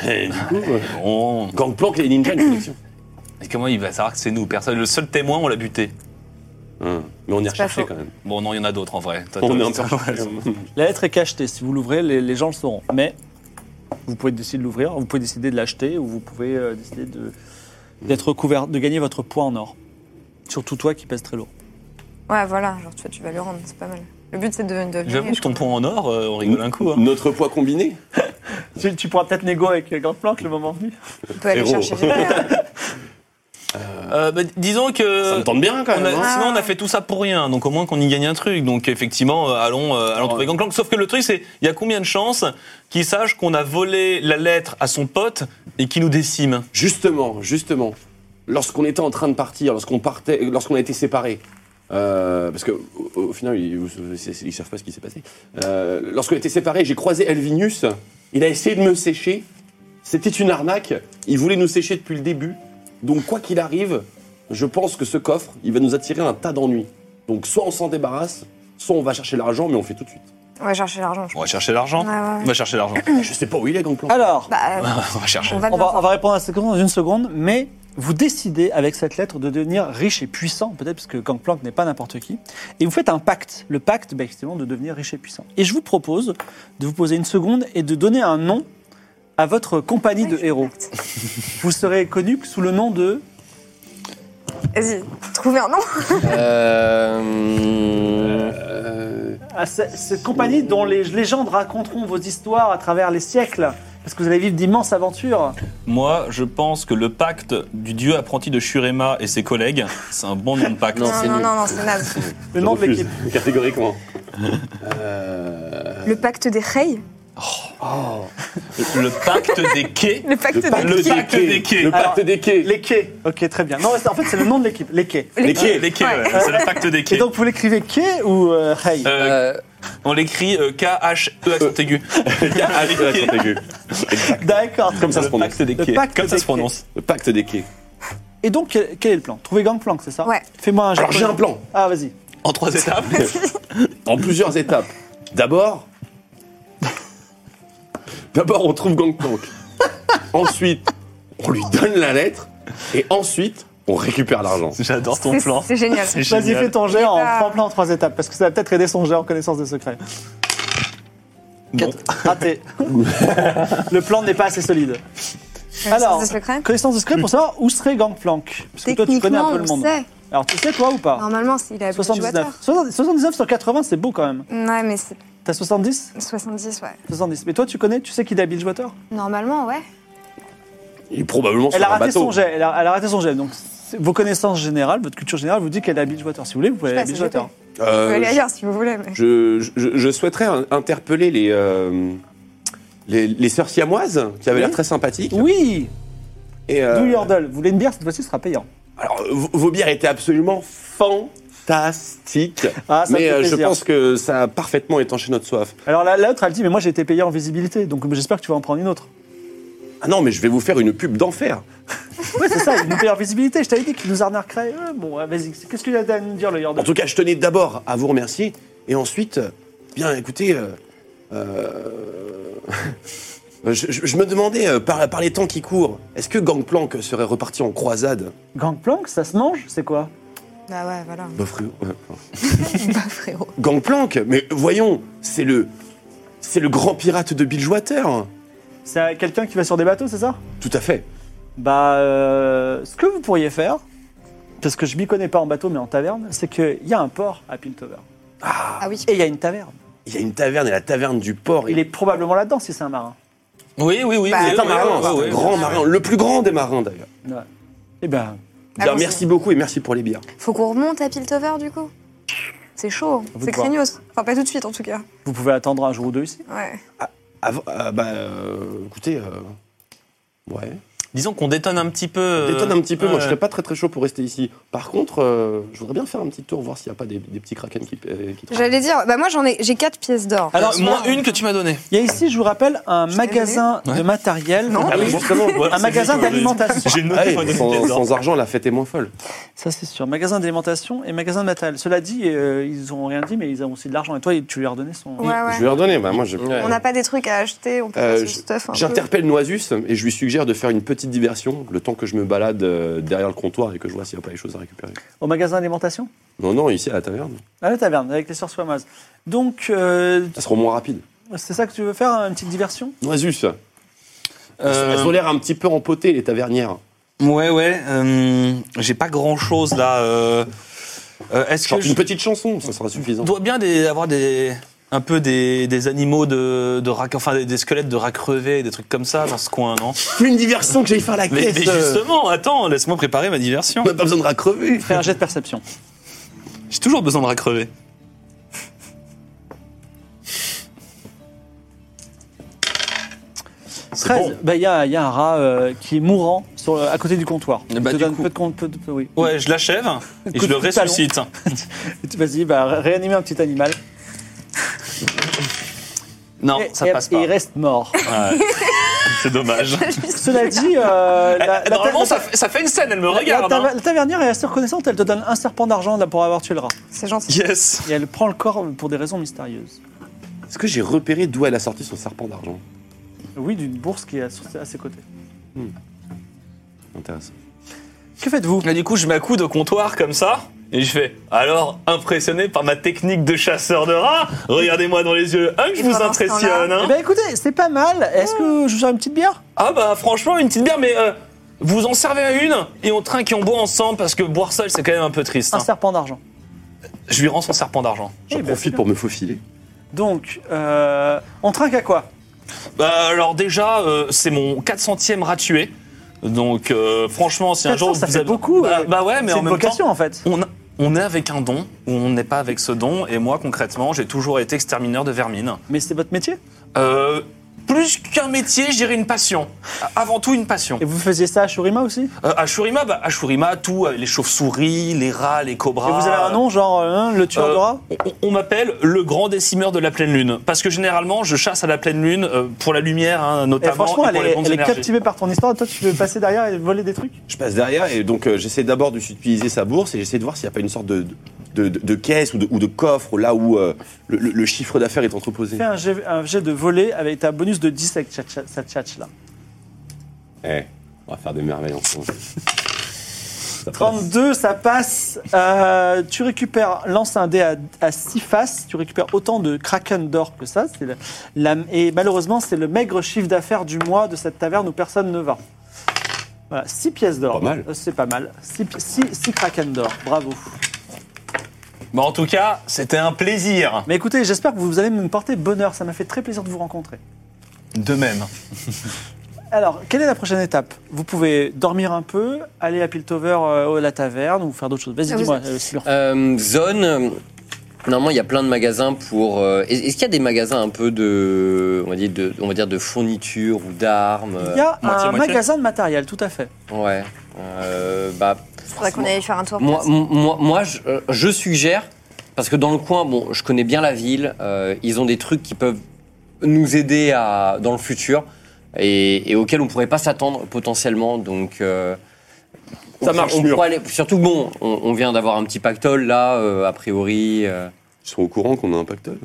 F: Et Du coup, euh,
D: Bon.
F: Gangplank, les ninjas, une collection.
D: Et comment il va savoir que c'est nous Personne. Le seul témoin, on l'a buté.
F: Hein. Mais on est
B: pas
F: recherché
B: faux.
F: quand même.
D: Bon, non, il y en a d'autres en vrai. Toi,
F: On est
D: toi,
F: un peu
D: toi,
F: recherché.
A: La lettre est cachetée. Si vous l'ouvrez, les, les gens le sauront. Mais vous pouvez décider de l'ouvrir, vous pouvez décider de l'acheter ou vous pouvez euh, décider de d'être couvert, de gagner votre poids en or. Surtout toi qui pèse très lourd.
B: Ouais, voilà, genre tu, vois, tu vas lui rendre, c'est pas mal. Le but c'est de devenir. de
D: J'avoue
B: devenir
D: que ton point en or, euh, on rigole un coup. hein.
F: Notre poids combiné
A: Tu, tu pourras peut-être négocier avec euh, Gangplank le moment venu.
B: On peut aller
F: Héros.
B: chercher des bières.
D: Euh, bah, disons que.
F: Ça me tente bien quand
D: on a-
F: même. hein.
D: sinon, on a fait tout ça pour rien, donc au moins qu'on y gagne un truc. Donc effectivement, euh, allons, euh, allons trouver Gangplank. Sauf que le truc, c'est il y a combien de chances qu'il sache qu'on a volé la lettre à son pote et qu'il nous décime
F: Justement, justement, lorsqu'on était en train de partir, lorsqu'on partait, lorsqu'on a été séparés, euh, parce que au, au final ils, ne savent pas ce qui s'est passé. Euh, lorsqu'on a été séparés, j'ai croisé Elvinus. Il a essayé de me sécher. C'était une arnaque. Il voulait nous sécher depuis le début. Donc quoi qu'il arrive, je pense que ce coffre, il va nous attirer un tas d'ennuis. Donc soit on s'en débarrasse, soit on va chercher l'argent, mais on le fait tout de suite.
B: On va chercher l'argent, je
D: On va chercher l'argent.
B: Ouais, ouais, ouais.
D: On va chercher l'argent.
F: Je sais pas où il est, Gangplank.
A: Alors,
B: Bah, euh,
D: on va chercher.
B: on va
A: on
B: devoir.
A: va, on va répondre à cette question dans une seconde, mais vous décidez avec cette lettre de devenir riche et puissant, peut-être parce que Gangplank n'est pas n'importe qui, et vous faites un pacte. Le pacte, bah, ben, effectivement, de devenir riche et puissant. Et je vous propose de vous poser une seconde et de donner un nom à à votre compagnie de héros. Vous serez connu sous le nom de
B: Vas-y, trouvez un nom.
E: Euh,
A: à ah, ce- cette compagnie dont les légendes raconteront vos histoires à travers les siècles, parce que vous allez vivre d'immenses aventures.
D: Moi, je pense que le pacte du dieu apprenti de Shurema et ses collègues, c'est un bon nom de pacte.
B: Non, non, non, non, c'est naze.
A: Le nom de l'équipe.
F: Catégoriquement.
B: Le pacte des Rey
D: Le pacte des quais.
B: Le pacte des
D: Le
B: Rey
D: pacte des quais.
F: Le pacte des quais.
A: Les quais. Ok, très bien. Non, c'est- en fait, c'est le nom de l'équipe. Les quais.
D: Les quais, les quais,
B: Ouais.
D: ouais, c'est le pacte des
A: Et
D: quais.
A: donc, vous l'écrivez quai ou euh, Rey
D: Euh,
E: euh,
D: On l'écrit euh, K-H-E accent aigu. K-H-E accent aigu.
A: D'accord.
F: Comme ça se prononce.
A: Le pacte
D: Comme ça
A: des
D: se prononce.
F: Le pacte des quais.
A: quais. Et donc, quel, quel est le plan Trouver Gangplank, c'est ça
B: Ouais.
A: Fais-moi un jet.
F: Alors j'ai un plan
A: Ah, vas-y.
D: En trois étapes.
F: en plusieurs étapes. D'abord, d'abord on trouve Gangplank. ensuite, on lui donne la lettre et ensuite, on récupère l'argent.
D: J'adore ton
B: C'est-
D: plan.
B: C'est génial.
D: C'est
A: Vas-y, fais
D: génial.
A: ton jet en
B: Ah.
A: trois plans, en trois étapes, parce que ça va peut-être aider son jet en connaissance des secrets.
D: Non.
A: Raté. le plan n'est pas assez solide. Alors,
B: Alors, des secrets.
A: connaissance des secrets pour savoir où serait Gangplank. Parce que toi, tu connais un peu
B: Techniquement,
A: le
B: on
A: monde.
B: sait.
A: Alors, tu sais, toi ou pas
B: Normalement, s'il a
A: 79. 70 79 sur 80, c'est beau quand même.
B: Ouais, mais c'est
A: T'as 70
B: 70, ouais.
A: 70. Mais toi, tu connais, tu sais qu'il est à Bilgewater
B: Normalement, ouais.
F: Il est probablement
A: Elle
F: sur
A: a
F: un
A: raté
F: bateau.
A: son jet. Elle a, elle a raté son jet. Donc, c'est- vos connaissances générales, votre culture générale vous dit qu'elle est à Bilgewater. Si vous voulez, vous pouvez aller à
B: Je sais pas,
A: Bilgewater.
B: Vous pouvez
F: Euh,
B: aller ailleurs si vous voulez. Mais...
F: je, je- je souhaiterais un- interpeller les, euh, les, les sœurs siamoises qui avaient
A: Oui.
F: l'air très sympathiques.
A: Oui
F: Et, euh,
A: D'où Yordle. Vous voulez une bière Cette fois-ci, ce sera payant.
F: alors, vos vos bières étaient absolument fantastiques.
A: Ah, ça me
F: mais
A: fait
F: euh, je
A: plaisir.
F: pense que ça a parfaitement étanché notre soif.
A: Alors, la- l'autre, elle dit Mais moi, j'ai été payé en visibilité, donc j'espère que tu vas en prendre une autre.
F: Ah non, mais je vais vous faire une pub d'enfer.
A: Ouais, c'est ça, il nous paye en visibilité. Je t'avais dit qu'il nous arnaquerait. Ouais, bon, ouais, vas-y. Qu'est-ce qu'il a à nous dire, le Yordle
F: En tout cas, je tenais d'abord à vous remercier. Et ensuite, euh, bien écoutez, euh, euh, je, je- je me demandais, euh, par, par les temps qui courent, est-ce que Gangplank serait reparti en croisade
A: Gangplank, ça se mange C'est quoi
B: Bah ouais, voilà.
F: Bah, frérot, euh,
B: Bah frérot.
F: Gangplank Mais voyons, c'est le, c'est le grand pirate de Bilgewater.
A: C'est euh, quelqu'un qui va sur des bateaux, c'est ça
F: Tout à fait.
A: Bah, euh, ce que vous pourriez faire, parce que je m'y connais pas en bateau, mais en taverne, c'est qu'il y a un port à Piltover.
B: Ah oui.
A: Et il y a une taverne.
F: Il y a une taverne et la taverne du port.
A: Il est probablement là-dedans si c'est un marin.
D: Oui, oui, oui.
B: Bah,
D: oui,
F: C'est un
D: oui,
F: marin,
D: oui,
H: Ah
F: c'est un
D: oui, oui.
F: grand marin, le plus grand des marins d'ailleurs.
A: Ouais. Eh ben,
B: Ah
F: Bien,
B: bon,
F: merci beaucoup et merci pour les bières.
B: Faut qu'on remonte à Piltover du coup. C'est chaud, hein.
A: Vous
B: c'est
A: de voir.
B: craignos. Enfin, pas tout de suite en tout cas.
A: vous pouvez attendre un jour ou deux ici.
B: Ouais.
F: Avant- euh, bah, euh, écoutez, euh, ouais.
D: Disons qu'on détonne un petit peu.
F: détonne un petit peu. Moi, je
D: euh,
F: serais pas très très chaud pour rester ici. Par contre, euh, je voudrais bien faire un petit tour, voir s'il n'y a pas des, des petits kraken qui, euh, qui traînent.
B: J'allais dire, bah moi j'en ai, j'ai 4 pièces d'or.
D: Alors,
A: Alors,
D: moins une que tu m'as donnée.
A: Il y a ici, je vous rappelle, un magasin de matériel.
B: Non.
F: Ah oui, justement.
A: Un magasin d'alimentation.
D: J'ai noté
F: Allez,
D: ma
F: sans,
D: donnée.
F: sans argent, la fête est moins folle.
A: Ça, c'est sûr. Magasin d'alimentation et magasin de matériel. Cela dit, euh, ils n'ont rien dit, mais ils ont aussi de l'argent. Et toi, tu lui as redonné son.
B: Ouais, Ah ouais.
F: Je vais leur donner. Bah, moi, je-
B: On n'a pas des trucs à acheter, on peut
F: Euh,
B: faire ce
F: je-
B: stuff un peu.
F: J'interpelle Noisus et je lui suggère de faire une petite diversion le temps que je me balade euh, derrière le comptoir et que je vois s'il n'y a pas des choses à récupérer.
A: Au magasin d'alimentation
F: Non, non, ici à la taverne,
A: À la taverne, avec les sœurs soimeuses. Donc, euh,
F: ça sera au moins rapide.
A: c'est ça que tu veux faire, une petite diversion
F: Noisus,
D: Euh,
F: elles ont l'air un petit peu empotées les tavernières.
D: Ouais, ouais. euh, J'ai pas grand chose là. euh, euh, Est-ce
F: Genre
D: que je
F: une petite chanson, ça sera suffisant.
D: dois bien des- avoir des un peu des, des animaux de, de rats, enfin des, des squelettes de rats crevés, des trucs comme ça dans ce coin, non
F: Une diversion que j'aille faire la
D: mais,
F: caisse.
D: mais
F: euh,
D: justement, attends, laisse-moi préparer ma diversion.
F: On n'a pas besoin de racrever.
A: Fais un jet de perception.
D: J'ai toujours besoin de rats crevés.
F: C'est
A: 13,
F: bon.
A: bah, il y, a, il y a un rat euh, qui est mourant sur, le- à côté du comptoir.
D: Eh bah,
A: Il te
D: du
A: donne
D: coup-
A: peu de compte, peu de- peu- oui.
D: Ouais, je l'achève et
A: Coup
D: je
A: de
D: le
A: talon.
D: ressuscite.
A: Vas-y, bah, réanimer un petit animal.
D: Non,
A: Et-
D: ça
A: et-
D: passe
A: et
D: pas.
A: il reste mort.
D: Ouais. C'est dommage. Eh,
A: Cela dit, euh, la, la-
D: Normalement,
A: la-
D: ça, fait- ça fait une scène, elle me
A: la-
D: regarde.
A: la-
D: hein.
A: la tavernière est assez reconnaissante, elle te donne un serpent d'argent là, pour avoir tué le rat.
B: C'est gentil.
D: Yes.
A: Et elle prend le corps pour des raisons mystérieuses.
F: Est-ce que j'ai repéré d'où elle a sorti son serpent d'argent
A: Oui, d'une bourse qui est à, son- à ses côtés.
D: Hein
F: Intéressant.
A: Que faites-vous
D: Bah, Et du coup, je m'accoude au comptoir comme ça. Et je fais Alors, impressionné par ma technique de chasseur de rats Regardez-moi dans les yeux, hein, que je
B: Et
D: vous
B: pendant ce temps-là-
D: impressionne hein.
A: Eh ben écoutez, c'est pas mal. Est-ce que je vous sers une petite bière
D: Ah bah franchement, une petite bière, mais euh, vous en servez à une et on trinque et on boit ensemble parce que boire seul, c'est quand même un peu triste.
A: Un
D: hein.
A: serpent d'argent.
D: Je lui rends son serpent d'argent.
A: Eh
F: J'en
A: ben,
F: profite pour me faufiler.
A: Donc, euh, on trinque à quoi
D: Bah alors déjà, euh, c'est mon 400e rat tué. Donc euh, franchement, si un
A: 400,
D: jour
A: ça
D: vous
A: fait
D: avez-
A: beaucoup,
D: bah,
A: euh,
D: bah ouais, mais
A: C'est
D: en
A: une
D: même
A: vocation
D: temps,
A: en fait.
D: on, a- on est avec un don ou on n'est pas avec ce don. Et moi, concrètement, j'ai toujours été extermineur de vermine.
A: Mais c'est votre métier.
D: Euh, plus qu'un métier, je dirais une passion. Avant tout, une passion.
A: Et vous faisiez ça à Shurima aussi
D: Euh, à Shurima, bah, à Shurima, tout, euh, les chauves-souris, les rats, les cobras.
A: Et vous avez un nom genre euh, hein, le tueur
D: Ah. Euh,
A: de rats
D: on- On m'appelle le grand décimeur de la pleine lune. Parce que généralement, je chasse à la pleine lune euh, pour la lumière, hein,
A: Et
D: notamment.
A: Eh, franchement,
D: et
A: elle
D: pour les
A: est,
D: grandes
A: elle est
D: énergies.
A: captivée par ton histoire. Toi, tu veux passer derrière et voler des trucs
F: Je passe derrière et donc euh, j'essaie d'abord de d'utiliser sa bourse et j'essaie de voir s'il n'y a pas une sorte de, de, de- de caisse ou de, ou de coffre là où euh, le, le- le chiffre d'affaires est entreposé.
A: Fais un jet, un jet de voler avec ta bonus de 10 avec tcha- tcha- sa tchatch là.
F: Eh, on va faire des merveilles ensemble.
A: 32, ça passe. Euh, tu récupères, lance un dé à, 6 faces. Tu récupères autant de kraken d'or que ça. c'est le- la- et malheureusement, c'est le maigre chiffre d'affaires du mois de cette taverne où personne ne va. Voilà, 6 pièces d'or.
F: Pas mal.
A: Euh, C'est pas mal. 6, kraken d'or. Bravo.
D: Bah, en tout cas, c'était un plaisir.
A: Mais écoutez, j'espère que vous allez me porter bonheur. Ça m'a fait très plaisir de vous rencontrer.
D: De même.
A: Alors, quelle est la prochaine étape Vous pouvez dormir un peu, aller à Piltover euh, à la taverne ou faire d'autres choses. Vas-y,
B: Ah, vous-
A: dis-moi, euh, Sylvain.
E: Euh, zone. euh, Normalement, il y a plein de magasins pour. euh, est- Est-ce qu'il y a des magasins un peu de, on va dire de, on va dire de fourniture ou d'armes euh,
A: Il y a
D: moitié,
A: un
D: moitié.
A: magasin de matériel, tout à fait.
E: Ouais. Euh, bah,
B: Faudrait qu'on aille faire un tour.
E: moi, moi, moi, je, euh, je suggère parce que dans le coin, bon, je connais bien la ville. euh, ils ont des trucs qui peuvent nous aider à dans le futur et, et auxquels on pourrait pas s'attendre potentiellement. Donc euh,
F: Ça
E: on-
F: marche,
E: on
F: mur.
E: pourrait aller- surtout que, bon, on, on vient d'avoir un petit pactole là, euh, a priori. euh,
F: Ils sont au courant qu'on a un pactole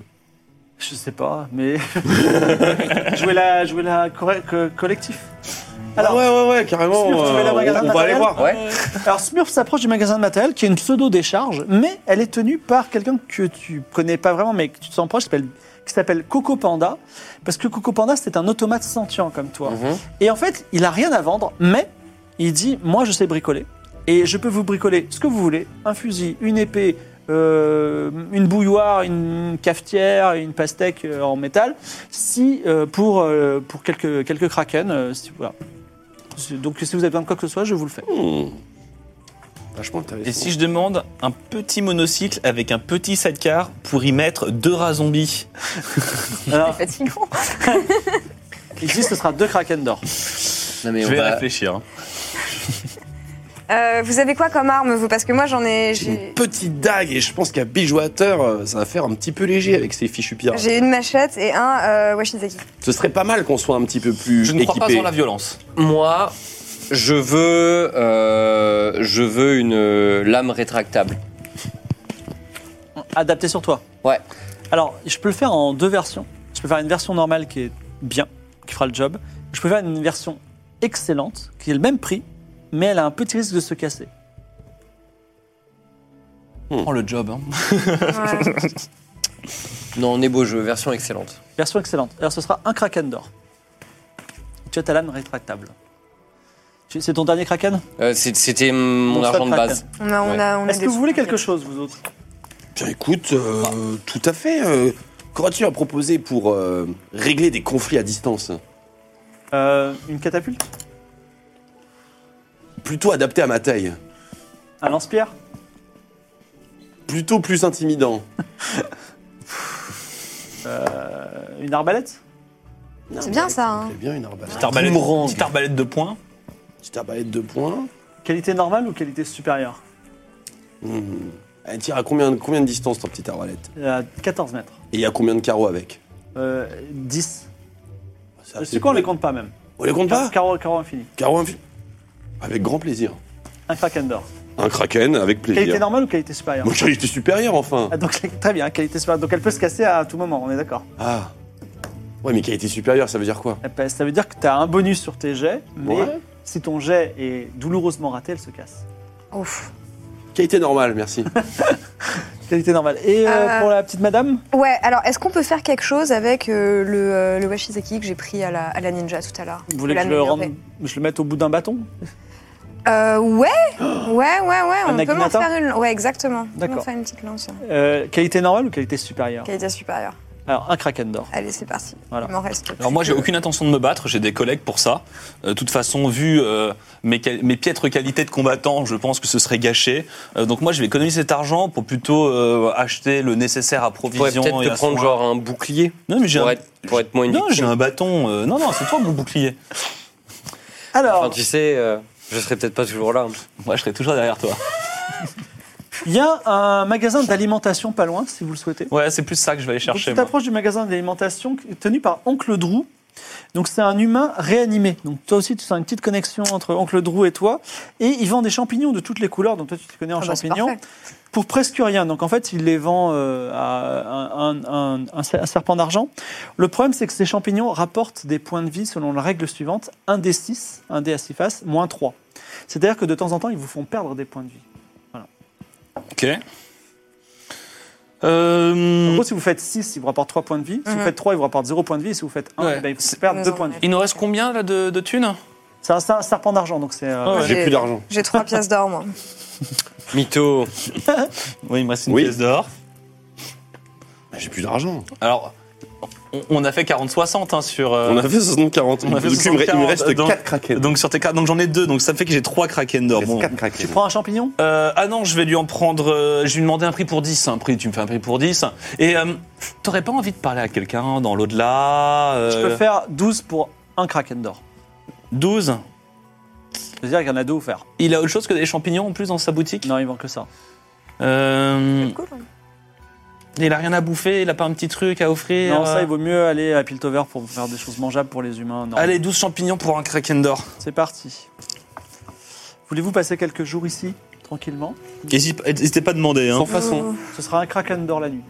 A: Je sais pas, mais. jouer la, jouer la corre- co- collectif. Alors,
F: ouais, ouais, ouais, carrément. euh,
A: Smurf, tu mets la magasin de matériel Euh,
E: ouais.
A: alors Smurf s'approche du magasin de matériel qui est une pseudo-décharge, mais elle est tenue par quelqu'un que tu connais pas vraiment, mais que tu t'en proches, qui s'appelle- qui s'appelle Coco Panda. Parce que Coco Panda, c'est un automate sentient comme toi.
E: Mhm.
A: Et en fait, il a rien à vendre, mais il dit Moi, je sais bricoler. Et je peux vous bricoler ce que vous voulez un fusil, une épée, euh, une bouilloire, une cafetière, une pastèque euh, en métal, si euh, pour, euh, pour quelques, quelques kraken. euh, si- voilà. Donc, si vous avez besoin de quoi que ce soit, je vous le fais.
F: Vachement intéressant.
D: Et si je demande un petit monocycle avec un petit sidecar pour y mettre deux rats zombies
A: Alors,
B: Fatigant.
A: il dit Ce sera deux kraken d'or.
E: Non, mais
D: Je
E: on
D: vais
E: va-
D: réfléchir. hein.
B: Euh, vous avez quoi comme arme, vous Parce que moi, j'en ai.
F: J'ai une
B: J'ai
F: petite dague et je pense qu'à bijouateur, euh, ça va faire un petit peu léger avec ces fichus pirates.
B: j'ai une machette et un euh, Washizaki.
F: Ce serait pas mal qu'on soit un petit peu plus
D: Je ne crois pas
F: équipés.
D: en la violence.
E: Moi, je veux, euh, je veux une euh, lame rétractable.
A: Adapté sur toi.
E: Ouais.
A: Alors, je peux le faire en deux versions. Je peux faire une version normale qui est bien, qui fera le job. Je peux faire une version excellente, qui est le même prix, mais elle a un petit risque de se casser.
D: Prends le job. hein.
B: Ouais.
E: Non, on est beau jeu, version excellente.
A: Version excellente. Alors, ce sera un kraken d'or. Tu as ta lame rétractable. Tu- C'est ton dernier kraken
E: Euh, c'est- C'était mon
A: Mon
E: argent
A: seul
E: de
A: kraken.
E: base.
B: On a, on a, on a
A: Est-ce
B: des
A: que vous voulez
B: trucs.
A: quelque chose, vous autres
F: Bien, écoute, euh,
D: Ah.
F: tout à fait. Euh, Qu'aurais-tu à proposer pour euh, régler des conflits à distance
A: Euh, Une catapulte
F: Plutôt adapté à ma taille.
A: Un lance-pierre
F: Plutôt plus intimidant.
A: Euh, Une arbalète
F: Non,
B: C'est
F: mais
B: bien ça, hein.
F: C'est bien une arbalète.
D: Petite arbalète,
E: Boomerang.
D: petite arbalète de poing.
F: Petite arbalète de points.
A: Qualité normale ou qualité supérieure
F: Hmm. Elle tire à combien, combien de distance ta petite arbalète
A: À 14 Euh, mètres.
F: Et il y a combien de carreaux avec
A: Euh, 10.
F: C'est assez
A: C'est quoi On les
F: cool.
A: compte pas même.
F: On les compte pas
A: Carreau, carreau infini.
F: Carreaux infi- Avec grand plaisir.
A: Un kraken d'or.
F: Un kraken avec
A: Qualité
F: plaisir.
A: normale ou qualité supérieure
F: Mon qualité supérieure enfin.
A: Ah, donc, Très bien, qualité supérieure. Donc elle peut se casser à tout moment, on est d'accord.
F: Ah. Ouais, mais qualité supérieure, ça veut dire quoi
A: Elle peut- Ça veut dire que tu as un bonus sur tes jets, mais
F: Ouais.
A: si ton jet est douloureusement raté, elle se casse.
B: Ouf.
F: Qualité normale, merci.
A: Qualité normale. Et euh,
B: Euh,
A: pour la petite madame
B: Ouais, alors est-ce qu'on peut faire quelque chose avec euh, le, euh, le washisaki que j'ai pris à la, à la ninja tout à l'heure
A: Vous voulez que je le,
B: l'améliorer.
A: rende, je le mette au bout d'un bâton
B: Euh, ouais, ouais, ouais, ouais, on peut m'en
A: naginata
B: faire une. Ouais, exactement. On peut m'en
A: D'accord.
B: faire une petite lance. hein.
A: Euh, Qualité normale ou qualité supérieure
B: Qualité supérieure.
A: Alors, un kraken d'or.
B: Allez, c'est parti.
A: Voilà.
B: Il m'en reste. plus
D: Alors moi, j'ai
B: que-
D: aucune intention de me battre, j'ai des collègues pour ça. Euh, De toute façon, vu euh, mes, quali- mes piètres qualités de combattant, je pense que ce serait gâché. Euh, donc moi, je vais économiser cet argent pour plutôt euh, acheter le nécessaire à
E: On pourrait
D: provision.
E: peut-être
D: et
E: te
D: à
E: prendre
D: soins.
E: genre un bouclier
D: Non, mais j'ai
E: pour
D: un...
E: être, pour être moins une
D: Non, j'ai
E: victime.
D: un bâton. euh, Non, non, c'est toi mon bouclier.
E: Enfin,
A: Alors,
E: tu sais, euh, je serais peut-être pas toujours là.
D: Moi, je serai toujours derrière toi.
A: il y a un magasin d'alimentation pas loin, si vous le souhaitez.
D: Ouais, c'est plus ça que je vais aller chercher.
A: Donc, tu
D: moi.
A: t'approches du magasin d'alimentation tenu par Oncle Drew. Donc c'est un humain réanimé. Donc toi aussi tu sens une petite connexion entre Oncle Drew et toi. Et il vend des champignons de toutes les couleurs. Donc toi tu te connais en
B: Ah bah, c'est
A: champignons
B: parfait.
A: pour presque rien. Donc en fait il les vend euh, à un, un- un- un cer- un serpent d'argent. Le problème c'est que ces champignons rapportent des points de vie selon la règle suivante 1 d 6, 1 d à 6 faces, moins 3. C'est-à-dire que de temps en temps ils vous font perdre des points de vie.
D: Ok.
B: Mmh.
A: En
D: Euh,
A: gros si vous faites 6 ils vous rapportent 3 points de vie. Si vous
B: Mhm.
A: faites 3 ils vous rapportent 0 points de vie. Et si vous faites 1
D: Ouais.
A: eh ben, ils vous font
B: Nous
A: perdre 2
B: en
A: points de vie.
D: il nous reste combien là de, de thunes
A: C'est un, c'est un serpent d'argent, donc c'est. euh,
D: Ah ouais.
F: J'ai plus d'argent.
B: J'ai trois pièces d'or, moi.
E: Mytho.
D: Oui, il me reste une
F: Oui.
D: pièce d'or.
F: Bah, J'ai plus d'argent.
D: Alors, on, on a fait 40-60 hein, sur. euh,
F: On a fait 60-40.
D: On a fait
F: Du coup, il me reste- il me
D: 60-40,
F: reste
D: donc-
F: 4 kraken.
D: Donc sur tes cartes, donc j'en ai deux, donc ça fait que j'ai trois kraken d'or.
F: Il me
D: Bon.
F: reste 4 kraken.
A: Prends un champignon
D: Euh, ah non, je vais lui en prendre. euh, je vais lui demander un prix pour 10. Un prix, tu me fais un prix pour 10. Et euh, t'aurais pas envie de parler à quelqu'un dans l'au-delà euh,
A: Je peux faire 12 pour un kraken d'or.
D: 12.
A: C'est-à-dire qu'il y en a deux offerts.
D: Il a autre chose que des champignons en plus dans sa boutique
A: Non, il manque que ça.
D: Euh,
B: Cool.
A: hein.
D: Il a rien à bouffer, il a pas un petit truc à offrir.
A: non, ça,
D: euh,
A: il vaut mieux aller à Piltover pour faire des choses mangeables pour les humains. Non.
D: Allez, 12 champignons pour un kraken d'or.
A: C'est parti. Voulez-vous passer quelques jours ici, tranquillement
D: N'hésitez pas à demander. hein.
F: Sans façon.
A: Ce sera un kraken d'or la nuit.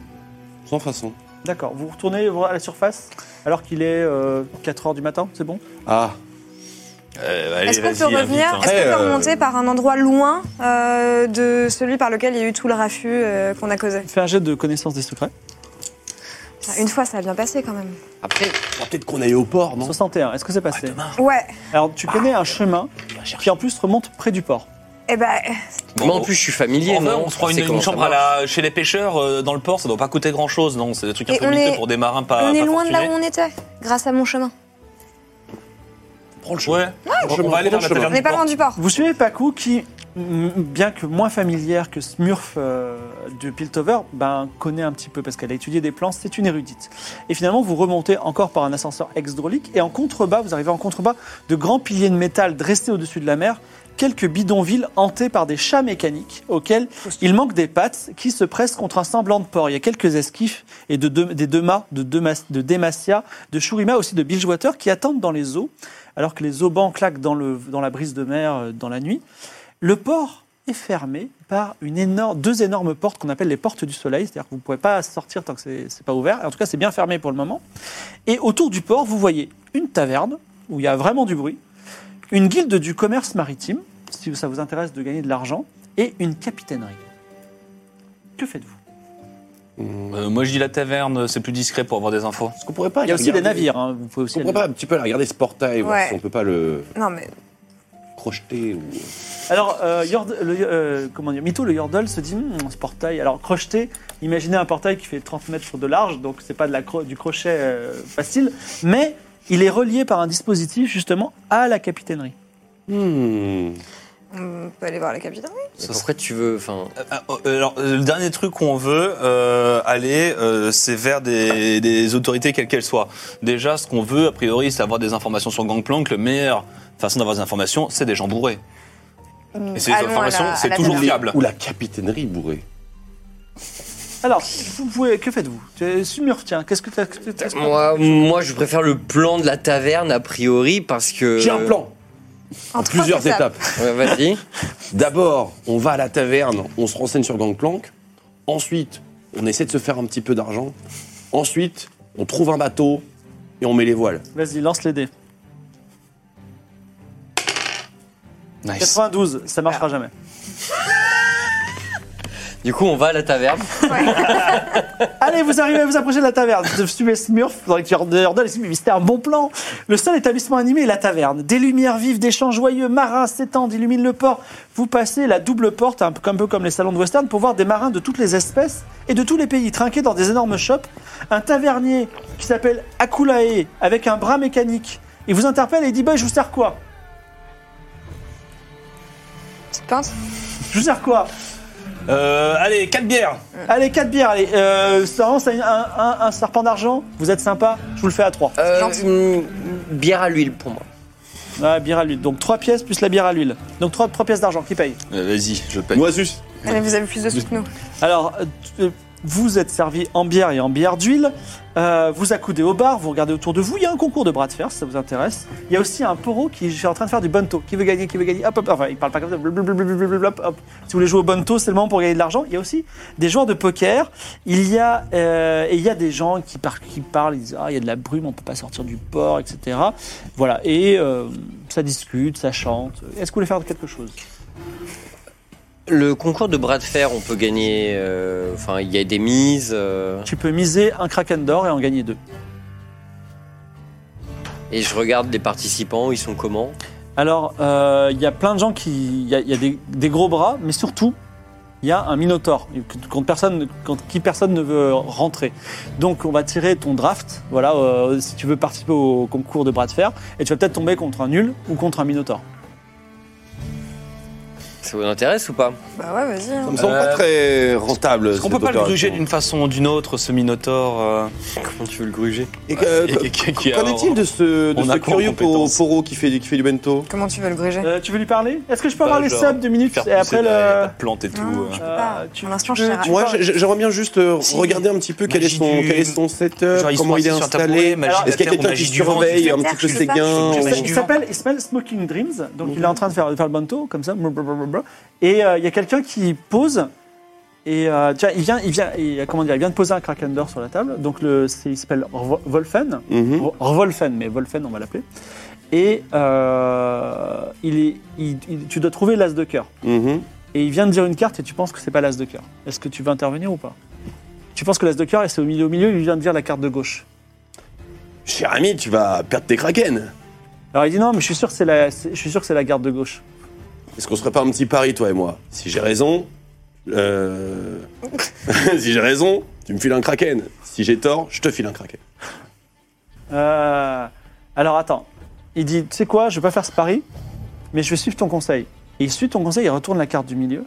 F: Sans façon.
A: D'accord. Vous retournez à la surface alors qu'il est 4h du matin, c'est bon
F: Ah.
D: Euh,
B: Est-ce qu'on peut revenir
D: hein.
B: Est-ce qu'on
F: Après,
B: peut
F: euh,
B: remonter par un endroit loin euh, de celui par lequel il y a eu tout le raffut euh, qu'on a causé
A: Fais un jet de connaissance des secrets.
B: Enfin, Une fois, ça a bien passé quand même.
F: Après, peut-être qu'on aille au port, non
A: 61, est-ce que c'est passé
B: Ouais.
A: Alors, tu connais un chemin qui en plus remonte près du port.
B: Eh ben,
E: Moi en plus, je suis familier.
D: En vrai,
E: non
D: on se prend
E: Je
D: une,
E: sais
D: une
E: comment ça
D: chambre à la, chez les pêcheurs euh, dans le port, ça doit pas coûter grand chose, non C'est des trucs un
B: Et
D: peu
B: on
D: miteux
B: est-
D: pour des marins pas.
B: on est
D: pas
B: loin de là où
D: fortunés.
B: on était, grâce à mon chemin.
D: Prends le chemin. Ouais. On-
F: chemin,
D: on va aller
F: prends
D: vers
F: le
D: la
F: chemin.
B: On n'est
D: taverne.
B: pas loin du port.
A: Vous suivez Paco qui, m- bien que moins familière que Smurf euh, de Piltover, ben, connaît un petit peu parce qu'elle a étudié des plans, c'est une érudite. Et finalement, vous remontez encore par un ascenseur exdraulique et en contrebas, vous arrivez en contrebas de grands piliers de métal dressés au-dessus de la mer, quelques bidonvilles hantées par des chats mécaniques auxquels il manque des pattes qui se pressent contre un semblant de port. Il y a quelques esquifs et de, deux- des deux mâts, de, deux mas- de Demacia, de Shurima, aussi de Bilgewater qui attendent dans les eaux alors que les aubans claquent dans, le, dans la brise de mer euh, dans la nuit. Le port est fermé par une énorme, deux énormes portes qu'on appelle les portes du soleil, c'est-à-dire que vous ne pouvez pas sortir tant que c'est c'est pas ouvert. En tout cas, c'est bien fermé pour le moment. Et autour du port, vous voyez une taverne où il y a vraiment du bruit, une guilde du commerce maritime, si ça vous intéresse de gagner de l'argent, et une capitainerie. Que faites-vous
D: Euh, moi, je dis la taverne, c'est plus discret pour avoir des infos.
F: Est-ce qu'on pourrait pas
A: Il y a aussi des
F: regarder-
A: navires, hein, vous pouvez aussi.
F: On pourrait pas un petit peu aller regarder ce portail, voir
B: Ouais.
F: si on peut pas le
B: Non, mais
F: crocheter ou.
A: Alors, euh, Yord- le, euh, comment dire, Mito, le Yordle se dit, Hum, ce portail. Alors, crocheté, imaginez un portail qui fait 30 mètres de large, donc c'est pas de la cro- du crochet euh, facile, mais il est relié par un dispositif justement à la capitainerie.
F: Hmm.
B: on peut aller voir la capitale.
E: marche. Mais Pourquoi tu veux. Enfin,
D: Euh, euh, alors, euh, le dernier truc qu'on veut euh, aller, euh, c'est vers des, des autorités quelles qu'elles soient. Déjà, ce qu'on veut, a priori, c'est avoir des informations sur Gangplank. La meilleure façon d'avoir des informations, c'est des gens bourrés. Et ces
B: Mmh. Allons à
D: informations,
B: la- à
D: c'est
B: la
D: toujours
F: Ou
B: taverne.
F: les-
D: fiable.
F: Ou la capitainerie bourrée.
A: Alors, vous pouvez, que faites-vous Tu- Sumur, tiens, qu'est-ce que tu
E: moi, moi, je préfère le plan de la taverne a priori parce que.
F: J'ai un plan
B: En
F: en
B: trois
F: plusieurs étapes.
E: Ouais, vas-y.
F: D'abord, on va à la taverne, on se renseigne sur Gangplank. Ensuite, on essaie de se faire un petit peu d'argent. Ensuite, on trouve un bateau et on met les voiles.
A: Vas-y, lance les dés.
D: Nice.
A: 92, ça marchera jamais.
E: Du coup, on va à la taverne.
A: Allez, vous arrivez à vous approcher de la taverne. De Smurf, dans Jordan, mais c'était un bon plan. Le seul établissement animé est la taverne. Des lumières vives, des chants joyeux, marins s'étendent, illuminent le port. Vous passez la double porte, un peu, un peu comme les salons de western, pour voir des marins de toutes les espèces et de tous les pays trinqués dans des énormes shops. Un tavernier qui s'appelle Akulae, avec un bras mécanique. Il vous interpelle et il dit Bah, je vous sers quoi
B: Tu penses
A: Je vous sers quoi
D: Euh, allez, 4 bières.
A: Allez, 4 bières, allez. Euh, ça, c'est un, un- un serpent d'argent. Vous êtes sympa, je vous le fais à 3.
E: Euh,
B: gentil.
E: une bière à l'huile pour moi.
A: Ah, bière à l'huile. Donc 3 pièces plus la bière à l'huile. Donc 3, pièces d'argent qui paye.
D: Euh, Vas-y, je paye.
F: Noisus.
B: Allez, Vous avez plus de sous que nous.
A: Alors, euh, t- euh, vous êtes servi en bière et en bière d'huile. Euh, vous accoudez au bar, vous regardez autour de vous. Il y a un concours de bras de fer si ça vous intéresse. Il y a aussi un poro qui est en train de faire du bonto. Qui veut gagner, qui veut gagner. Hop, hop, enfin, il parle pas comme ça. Blablabla, hop. Si vous voulez jouer au bonto, c'est le moment pour gagner de l'argent. Il y a aussi des joueurs de poker. Il y a, euh, et il y a des gens qui, par- qui parlent. Ils disent Ah, il y a de la brume, on peut pas sortir du port, etc. Voilà. Et euh, ça discute, ça chante. Est-ce que vous voulez faire quelque chose
E: Le concours de bras de fer, on peut gagner. euh, Enfin, il y a des mises. euh,
A: Tu peux miser un kraken d'or et en gagner deux.
E: et je regarde les participants, ils sont comment
A: Alors, euh, il y a plein de gens qui. Il y a, il y a des, des gros bras, mais surtout, il y a un minotaure que- contre personne, contre qui personne ne veut rentrer. Donc, on va tirer ton draft, voilà, euh, si tu veux participer au concours de bras de fer, et tu vas peut-être tomber contre un nul ou contre un minotaure.
E: Ça vous intéresse ou pas
B: Bah ouais, vas-y. hein.
F: Ça me semble pas très rentable.
D: Est-ce qu'on peut pas le gruger d'une façon ou d'une autre, ce Minotaure euh,
E: Comment tu veux le gruger
F: Qu'en est-il de ce, de
D: On
F: ce
D: a quoi en
F: curieux poro,
D: compétence
F: poro qui fait, du- qui fait du bento
B: Comment tu veux le gruger
A: Euh, tu veux lui parler Est-ce que je peux
D: Bah,
A: avoir les
D: genre,
A: subs deux minutes
D: Faire
A: et après le.
D: la plante et tout.
F: Mmh.
B: Non,
D: euh.
B: je peux
A: euh,
B: pas.
A: tu-
B: Pour l'instant,
A: tu-
B: je sais
F: Moi, j'ai- j'aimerais bien juste euh,
D: Si.
F: regarder un petit peu quel est
D: Magie
F: son,
D: du-
F: quel est son setup,
D: Genre, ils sont
F: Euh, comment il est
D: assis sur un tabouret,
F: installé.
D: magie de
F: Est-ce qu'il y
D: la
F: a quelqu'un
D: terre ou
F: qui
D: magie du vent, tu
F: surveille
D: fais
F: un
B: terre,
F: petit peu
B: je sais
F: ses
B: pas.
F: gains
D: Je
F: ou-
D: sais
A: Il
D: du
A: s'appelle il s'appelle Smoking Dreams, donc il est en train de faire, de faire le banto comme ça. blablabla. Et euh, il y a quelqu'un qui pose. Et euh, tiens, il vient, il vient, il- comment dire, il vient de poser un Kraken d'or sur la table. Donc le, c'est- il s'appelle Ro- Wolfen,
F: Mhm.
A: Ro- Rolfen, mais Wolfen on va l'appeler. Et euh, il est, il- il- tu dois trouver l'as de cœur.
F: Mhm.
A: Et il vient de dire une carte et tu penses que c'est pas l'as de cœur. Est-ce que tu veux intervenir ou pas Tu penses que l'as de cœur, et c'est au milieu, au milieu, il vient de dire la carte de gauche.
F: Cher ami, tu vas perdre tes kraken.
A: Alors il dit non, mais je suis sûr que c'est la, c'est- je suis sûr que c'est la carte de gauche.
F: Est-ce qu'on se ferait pas un petit pari, toi et moi Si j'ai raison, euh, si j'ai raison, tu me files un kraken. Si j'ai tort, je te file un kraken.
A: Euh, alors attends. Il dit, tu sais quoi, je vais pas faire ce pari, mais je vais suivre ton conseil. Et il suit ton conseil, il retourne la carte du milieu.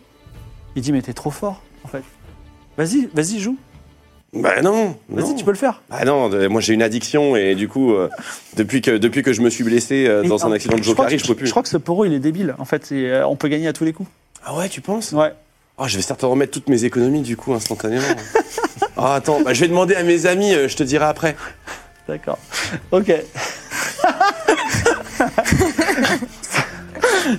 A: Il dit, mais t'es trop fort, en fait. Vas-y, vas-y, joue.
F: Bah non.
A: Vas-y,
F: non.
A: tu peux le faire.
F: Ah non, de- moi j'ai une addiction et du coup, euh, depuis, que, depuis que je me suis blessé euh,
A: Et-
F: dans un accident de
A: je crois
F: jokari,
A: que-
F: je peux plus.
A: Je crois que ce poro, il est débile, en fait. et, euh, on peut gagner à tous les coups.
F: Ah ouais, tu penses
A: Ouais.
F: Ah, je vais certainement remettre toutes mes économies du coup instantanément. Ah attends, bah, je vais demander à mes amis, euh, je te dirai après.
A: D'accord. Ok.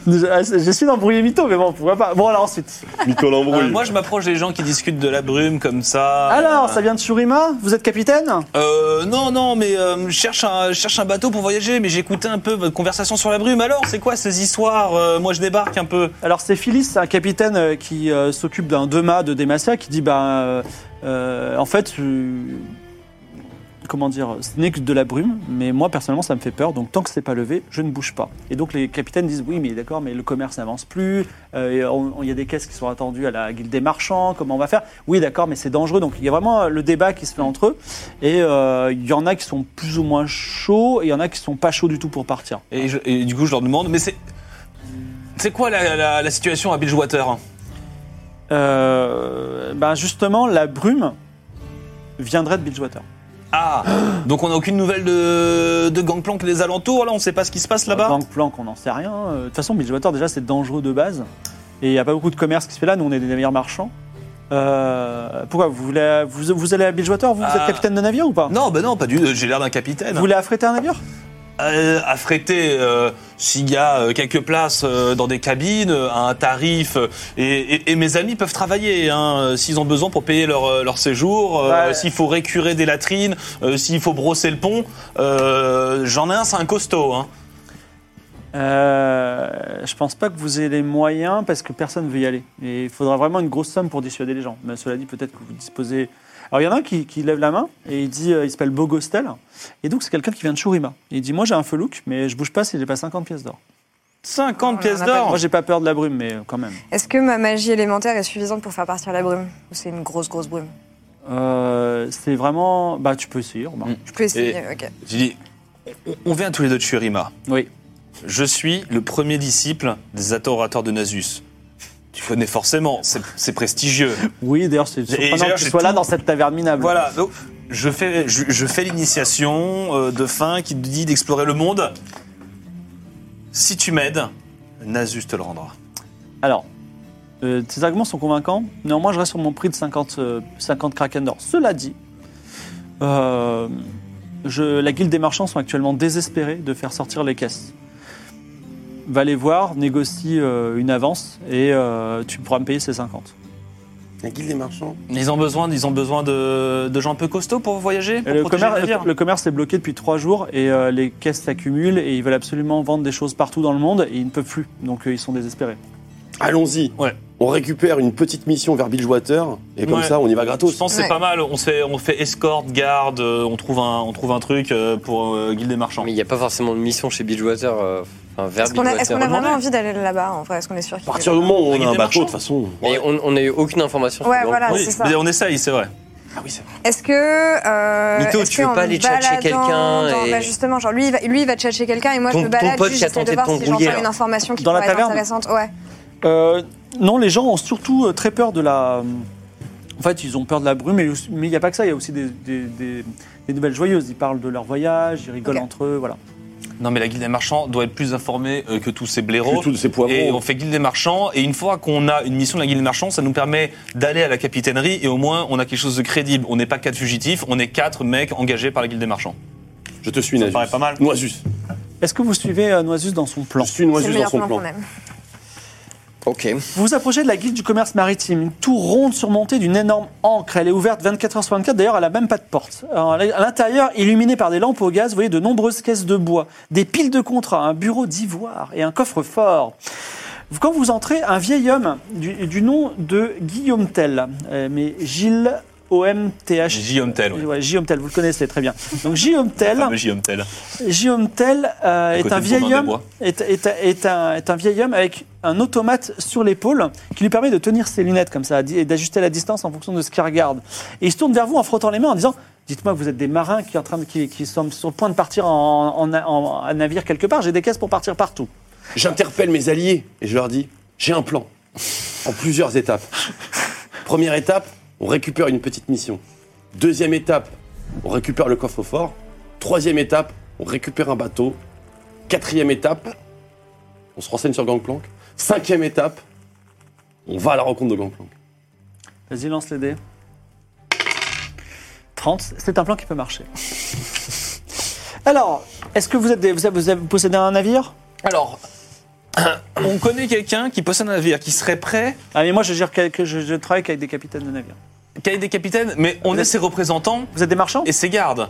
A: ah, je suis dans Brouillé Mytho, mais bon, pourquoi pas. Bon, alors ensuite.
F: Nicolas
D: Euh, moi, je m'approche des gens qui discutent de la brume comme ça.
A: Alors,
D: Euh,
A: Ah ça vient de Shurima Vous êtes capitaine
D: Euh, non, non, mais euh, je cherche un, je cherche un bateau pour voyager, mais j'écoutais un peu votre conversation sur la brume. Alors, c'est quoi ces histoires Euh, Moi, je débarque un peu.
A: Alors c'est Phyllis, c'est un capitaine euh, qui euh, s'occupe d'un deux-mâts de Demacia qui dit bah euh, euh, en fait euh, comment dire ce n'est que de la brume mais moi personnellement ça me fait peur donc tant que c'est pas levé je ne bouge pas et donc les capitaines disent oui mais d'accord mais le commerce n'avance plus euh, et on- on- il y a des caisses qui sont attendues à la guilde des marchands comment on va faire oui d'accord mais c'est dangereux donc il y a vraiment euh, le débat qui se fait entre eux et euh, il y en a qui sont plus ou moins chauds et il y en a qui sont pas chauds du tout pour partir
F: euh,
D: Et, je- et du coup, je leur demande, mais c'est. C'est quoi la, la- la situation à Bilgewater
A: Euh, ben justement, la brume viendrait de Bilgewater.
D: Ah Donc, on n'a aucune nouvelle de, de Gangplank et des alentours, là On sait pas ce qui se passe là-bas
A: Banque Planck, on n'en sait rien. Euh, De toute façon, Bilgewater, déjà, c'est dangereux de base. Et il n'y a pas beaucoup de commerce qui se fait là. Nous, on est des meilleurs marchands. Euh, pourquoi vous, voulez, vous, vous allez à Bilgewater Vous, vous êtes
D: Ah.
A: capitaine de navire ou pas
D: Non, bah non, pas du. J'ai l'air d'un capitaine. hein.
A: Vous voulez affréter un navire
D: Euh, affréter euh, s'il y a euh, quelques places euh, dans des cabines euh, à un tarif euh, et, et- et mes amis peuvent travailler hein, euh, s'ils ont besoin pour payer leur, euh, leur séjour euh,
A: Ouais.
D: s'il faut récurer des latrines euh, s'il faut brosser le pont euh, j'en ai un c'est un costaud hein.
A: Euh, je pense pas que vous ayez les moyens parce que personne veut y aller. Et il faudra vraiment une grosse somme pour dissuader les gens. Mais cela dit, peut-être que vous disposez. Alors il y en a un qui, qui lève la main et il dit, euh, il s'appelle Bogostel. Et donc c'est quelqu'un qui vient de Shurima. Il dit, moi j'ai un felouk, mais je bouge pas si j'ai pas 50 pièces d'or.
D: 50
B: Oh, On
D: pièces
B: en a pas
D: d'or
A: Moi j'ai pas peur de la brume, mais euh, quand même.
B: Est-ce que ma magie élémentaire est suffisante pour faire partir la brume Ou c'est une grosse, grosse brume
A: Euh, c'est vraiment, bah tu peux essayer. remarque.
B: Je peux essayer, ok.
D: J'ai dit, on- on vient tous les deux de Shurima.
A: Oui.
D: Je suis le premier disciple des adorateurs de Nasus. Tu connais forcément, c'est c'est prestigieux.
A: Oui, d'ailleurs c'est surprenant
D: d'ailleurs,
A: que tu
D: j'ai
A: sois là
D: tout-
A: dans cette taverne minable.
D: Voilà, donc je fais, je, je fais l'initiation euh, de fin qui te dit d'explorer le monde. Si tu m'aides, Nasus te le rendra.
A: Alors, euh, tes arguments sont convaincants. Néanmoins, je reste sur mon prix de 50, euh, 50 Kraken d'or. Cela dit, euh, je- la guilde des marchands sont actuellement désespérés de faire sortir les caisses. Va les voir, négocie euh, une avance et euh, tu pourras me payer ces 50.
F: La guilde des marchands.
D: Ils ont besoin, ils ont besoin de, de gens un peu costauds pour voyager,
A: Et
D: pour
A: Le
D: protéger le
A: commerce,
D: navire.
A: Euh, le commerce est bloqué depuis trois jours et euh, les caisses s'accumulent et ils veulent absolument vendre des choses partout dans le monde et ils ne peuvent plus. Donc euh, ils sont désespérés.
F: Allons-y.
D: Ouais.
F: On récupère une petite mission vers Bilgewater et comme
D: Ouais.
F: ça on y va gratos.
D: Je pense que
B: Ouais.
D: c'est pas mal. On se fait, on fait escorte, garde, euh, on trouve un, on trouve un truc euh, pour euh, guilde des marchands.
E: Mais il n'y a pas forcément de mission chez Bridgewater, euh, enfin vers
B: Est-ce qu'on a,
E: Bridgewater.
B: est-ce qu'on a
E: Non,
B: vraiment envie d'aller là-bas en vrai Est-ce qu'on est sûr
F: À
B: qu'il est
F: partir du moment
D: La
F: où on
D: guilde
F: a un
D: des
F: bateau de
D: marchands
F: toute façon.
E: Mais on on n'a eu aucune information.
B: Ouais,
E: sur le
B: voilà.
E: plan.
D: oui,
B: c'est ça.
D: mais on essaye, c'est vrai.
F: Ah oui, c'est vrai.
B: Est-ce que. Euh,
E: Nico,
B: est-ce
E: tu
B: que
E: veux
B: en
E: pas
B: me
E: aller tchatcher
B: baladant
E: quelqu'un
B: dans-
E: et-
B: bah, Justement, genre lui, il va, lui, il va tchatcher quelqu'un et moi,
E: Ton-
B: je me
E: ton
B: balade
E: pote
B: juste,
E: qui a
B: j'essaie
E: tenté
B: de voir
E: de
B: si j'entends
E: t'embrouiller,
B: une
E: là.
B: information qui
A: Dans la
B: pourrait être
A: taverne
B: intéressante. Ouais.
A: Euh, non, les gens ont surtout euh, très peur de la. En fait, ils ont peur de la brume, mais aussi- mais il n'y a pas que ça. Il y a aussi des, des- des- des nouvelles joyeuses. Ils parlent de leur voyage, ils rigolent
B: Ok.
A: entre eux, voilà.
D: Non, mais la guilde des marchands doit être plus informée euh, que tous ces blaireaux.
F: Plus tous ces poivrons.
D: Et on fait guilde des marchands. Et une fois qu'on a une mission de la guilde des marchands, ça nous permet d'aller à la capitainerie. Et au moins, on a quelque chose de crédible. On n'est pas quatre fugitifs, on est quatre mecs engagés par la guilde des marchands.
F: Je te suis,
D: Ça
F: Nasus.
D: paraît pas mal.
F: Noisus.
A: Est-ce que vous suivez euh, Noisus dans son plan
F: Je suis
B: C'est le
F: Noisus dans
B: meilleur
F: son
B: plan
F: plan.
B: qu'on aime.
E: Ok.
A: Vous vous approchez de la guilde du commerce maritime, une tour ronde surmontée d'une énorme ancre. Elle est ouverte 24 h sur 24, d'ailleurs elle n'a même pas de porte. Alors, à l'intérieur, illuminé par des lampes au gaz, vous voyez de nombreuses caisses de bois, des piles de contrats, un bureau d'ivoire et un coffre-fort. Quand vous entrez, un vieil homme du, du nom de Guillaume Tell, euh, mais Gilles O-M-T-H...
D: Guillaume Tell, ouais.
A: Ouais, Guillaume Tell, vous le connaissez très bien. Donc Guillaume Tell,
D: Fameux Guillaume Tell.
A: Guillaume Tell euh, est
D: côté
A: un
D: de
A: vieil
D: Bourdin des
A: homme
D: Bois.
A: est, est- est un, est un vieil homme avec un automate sur l'épaule qui lui permet de tenir ses lunettes comme ça et d'ajuster la distance en fonction de ce qu'il regarde. Et il se tourne vers vous en frottant les mains en disant Dites-moi que vous êtes des marins qui, en train de- qui, qui sont sur le point de partir en, en- en- en navire quelque part, j'ai des caisses pour partir partout.
F: J'interpelle mes alliés et je leur dis j'ai un plan en plusieurs étapes. Première étape, on récupère une petite mission. Deuxième étape, on récupère le coffre-fort. Troisième étape, on récupère un bateau. Quatrième étape, on se renseigne sur Gangplank. Cinquième étape, on va à la rencontre de Gangplank.
A: Vas-y, lance les dés. 30, c'est un plan qui peut marcher. Alors, est-ce que vous, êtes des- vous, avez- vous avez- vous possédez un navire
D: Alors, on connaît quelqu'un qui possède un navire, qui serait prêt,
A: Ah, mais moi, je, gère quelque- je, je travaille qu'avec des capitaines de navire.
D: qui a des capitaines, mais on est ses représentants
A: Vous êtes des marchands
D: et ses gardes.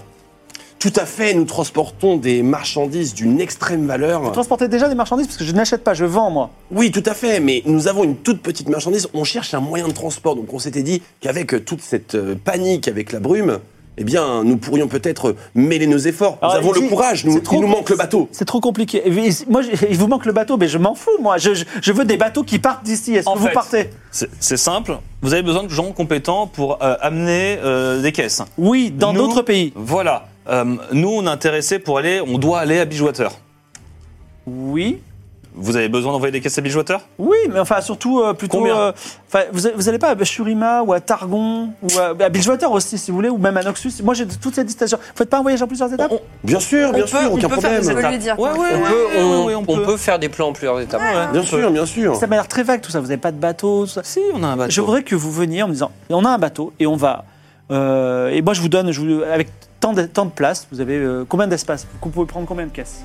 F: Tout à fait, nous transportons des marchandises d'une extrême valeur.
A: transportez déjà des marchandises parce que je n'achète pas, je vends moi.
F: Oui, tout à fait, mais nous avons une toute petite marchandise, on cherche un moyen de transport. Donc on s'était dit qu'avec euh, toute cette euh, panique avec la brume, eh bien, nous pourrions peut-être euh, mêler nos efforts. Nous
A: Alors,
F: avons
A: dis-
F: le courage, nous,
A: c'est trop-
F: il nous manque le bateau.
A: C'est trop compliqué. Et puis, Moi, je- il vous manque le bateau, mais je m'en fous moi. Je, je- je veux des bateaux qui partent d'ici. Est-ce que
D: En
A: vous
D: fait-
A: partez
D: C'est c'est simple, vous avez besoin de gens compétents pour euh, amener euh, des caisses.
A: Oui, dans
D: Nous-
A: d'autres pays.
D: Voilà. Euh, nous, on est intéressés pour aller, on doit aller à Bijouateur.
A: Oui.
D: Vous avez besoin d'envoyer des caisses à Bijouateur
A: Oui, mais enfin surtout euh, plutôt.
D: Combien
A: euh, enfin, vous, vous allez pas à Shurima ou à Targon ou à, à Bilgewater aussi, si vous voulez, ou même à Noxus. Moi, j'ai toutes ces destinations. Faites pas un voyage en plusieurs étapes.
F: Bien sûr, bien sûr, aucun problème.
B: étapes. lui dire
D: Ouais,
B: comment
D: ouais,
E: On
D: ouais,
A: Ah
E: peut,
D: ouais,
E: on,
D: ouais,
E: on peut. faire des plans en plusieurs étapes.
F: Bien sûr, bien sûr.
A: Ça m'a l'air très vague tout ça. Vous n'avez pas de bateau. tout ça.
D: Si, on a un bateau.
A: Je voudrais que vous veniez en me disant on a un bateau et on va. euh, et moi, je vous donne, je vous- avec tant de, tant de place, vous avez euh, combien d'espace Vous pouvez prendre combien de caisses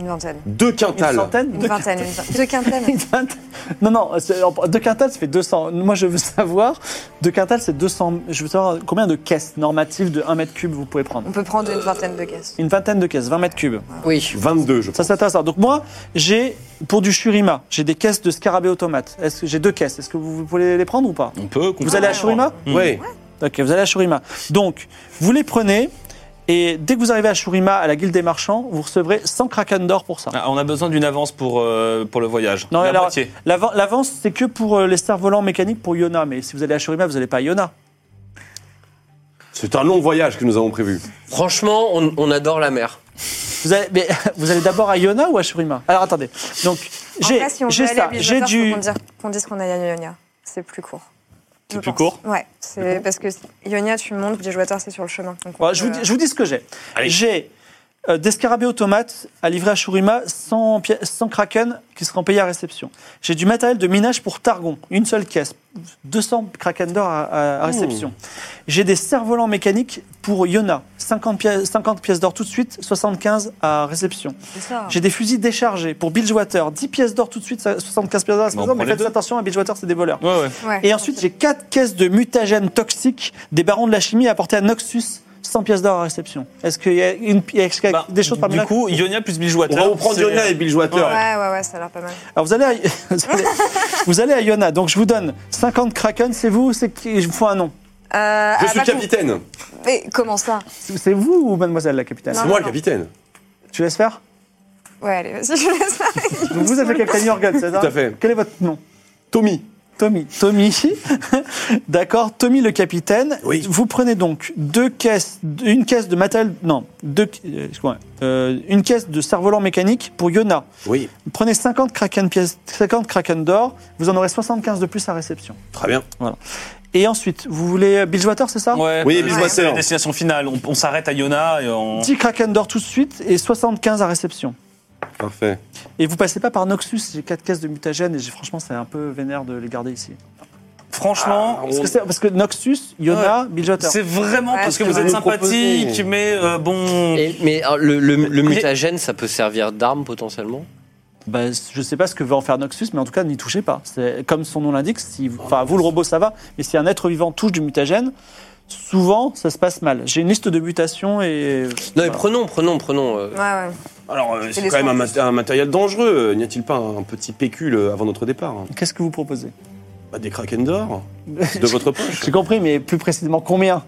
B: Une vingtaine.
F: Deux
A: Une
F: quintales.
A: centaine
B: Une vingtaine, une vingtaine. Deux quintaines.
A: Une vingtaine. Non, non, c'est- en- deux quintales, ça fait 200. Moi, je veux savoir, deux quintales, c'est 200. Je veux savoir combien de caisses normatives de 1 mètre cube vous pouvez prendre.
B: On peut prendre une vingtaine de caisses.
A: Une vingtaine de caisses, 20 mètres cubes.
F: 22, je
A: Ça,
F: pense.
A: ça t'intéresse. Donc, moi, j'ai, pour du shurima, j'ai des caisses de scarabée automate. Est-ce que j'ai deux caisses Est-ce que vous, vous pouvez les prendre ou pas
D: On peut
A: Vous allez à shurima
F: Ouais.
A: Ok, vous allez à Shurima. Donc, vous les prenez, et dès que vous arrivez à Shurima, à la guilde des marchands, vous recevrez 100 kraken d'or pour ça.
D: Ah, on a besoin d'une avance pour, euh, pour le voyage.
A: Non,
D: la
A: alors-
D: moitié.
A: L'avan- L'avance, c'est que pour euh, les cerfs-volants mécaniques pour Yona, mais si vous allez à Shurima, vous n'allez pas à Yona.
F: C'est un long voyage que nous avons prévu.
E: Franchement, on, on adore la mer.
A: Vous allez, mais, vous allez d'abord à Yona ou à Shurima Alors attendez. Donc, j'ai
B: Après, si on
A: j'ai
B: veut aller
A: ça,
B: à
A: j'ai
B: Bilgewater,
A: du.
B: faut qu'on dise- qu'on dise qu'on est à Ionia. C'est plus court.
D: C'est
B: Je
D: plus
B: pense.
D: court
B: Ouais, c'est parce que Ionia, tu montes, Bilgewater, c'est sur le chemin. Donc euh, on
A: Voilà, je, vous
B: peut-
A: dis, je vous dis ce que j'ai.
D: Allez.
A: J'ai euh, des scarabées automates à livrer à Shurima, 100, pi- 100 kraken qui seront payés à réception. J'ai du matériel de minage pour Targon, une seule caisse, 200 kraken d'or à, à- à réception. J'ai des cerfs-volants mécaniques pour Yona, 50 pièces, 50 pièces d'or tout de suite, 75 à réception.
B: C'est ça. hein.
A: J'ai des fusils déchargés pour Bilgewater, 10 pièces d'or tout de suite, ça- 75 pièces d'or à
D: Bon,
A: réception, mais
D: prenez-
A: faites attention, à Bilgewater, c'est des voleurs.
D: Ouais, ouais.
B: Ouais.
A: Et ensuite, j'ai quatre caisses de mutagènes toxiques des barons de la chimie apportées à Noxus, 100 pièces d'or à réception. Est-ce qu'il y a, une, est-ce qu'il y a
D: Bah,
A: des choses parmi
D: du
A: là
D: coup, Ionia plus Bilgewater.
F: On va vous prendre
D: c'est-
F: Yona et Bilgewater.
B: Ouais, ouais, ouais, ça a l'air pas mal. Euh,
A: Alors, vous allez, à, vous, allez, vous allez à Yona, donc je vous donne 50 kraken, c'est vous ou c'est qui Je vous faut un nom.
B: Euh,
F: Je
B: ah,
F: suis
B: bah,
F: capitaine.
B: com- Mais comment ça
A: C'est vous ou mademoiselle la capitaine
F: C'est
B: Non,
F: moi
B: non,
F: le capitaine.
A: Tu laisses faire
B: Ouais, allez, vas-y, je laisse ça.
A: Donc, vous êtes le capitaine Yorgan, c'est ça
F: Tout à fait.
A: Quel est votre nom
F: Tommy.
A: Tommy. Tommy. D'accord, Tommy le capitaine.
F: Oui.
A: Vous prenez donc deux caisses, une caisse de matériel, non, deux, euh, excuse-moi, euh, une caisse de cerf-volant mécanique pour Yona.
F: Oui.
A: Prenez 50 kraken pièces, 50 kraken d'or, vous en aurez 75 de plus à réception.
F: Très bien.
A: Et ensuite, vous voulez euh, Bilgewater, c'est ça
D: Ouais,
F: Oui,
D: euh,
F: Bilgewater.
D: c'est la destination finale. On, on s'arrête à Yona et on.
A: 10 kraken d'or tout de suite et 75 à réception.
F: Parfait.
A: Et vous passez pas par Noxus, j'ai quatre caisses de mutagènes et j'ai- franchement c'est un peu vénère de les garder ici.
D: Franchement,
F: Ah,
A: Parce que, c'est- parce que Noxus, Yona, Bilgewater.
D: c'est vraiment
H: Ah,
B: Ouais,
D: parce que
B: c'est
D: vous êtes
F: vrai. Nous
D: sympathique,
F: proposer.
D: mais euh, bon.
E: Et- mais euh, le, le- le mutagène, ça peut servir d'arme potentiellement
A: Bah, je sais pas ce que veut en faire Noxus, mais en tout cas n'y touchez pas. C'est comme son nom l'indique, si, enfin vous le robot ça va, mais si un être vivant touche du mutagène, souvent ça se passe mal. J'ai une liste de mutations et
E: Non, mais
A: Voilà.
E: prenons, prenons, prenons. euh,
B: Ouais, ouais.
F: Alors, euh,
B: des
F: c'est quand même un,
B: soins.
F: mat- un matériel dangereux. Euh, N'y a-t-il pas un petit pécule euh, avant notre départ hein
A: qu'est-ce que vous proposez
F: Bah, Des kraken d'or De votre poche
A: J'ai compris, mais plus précisément combien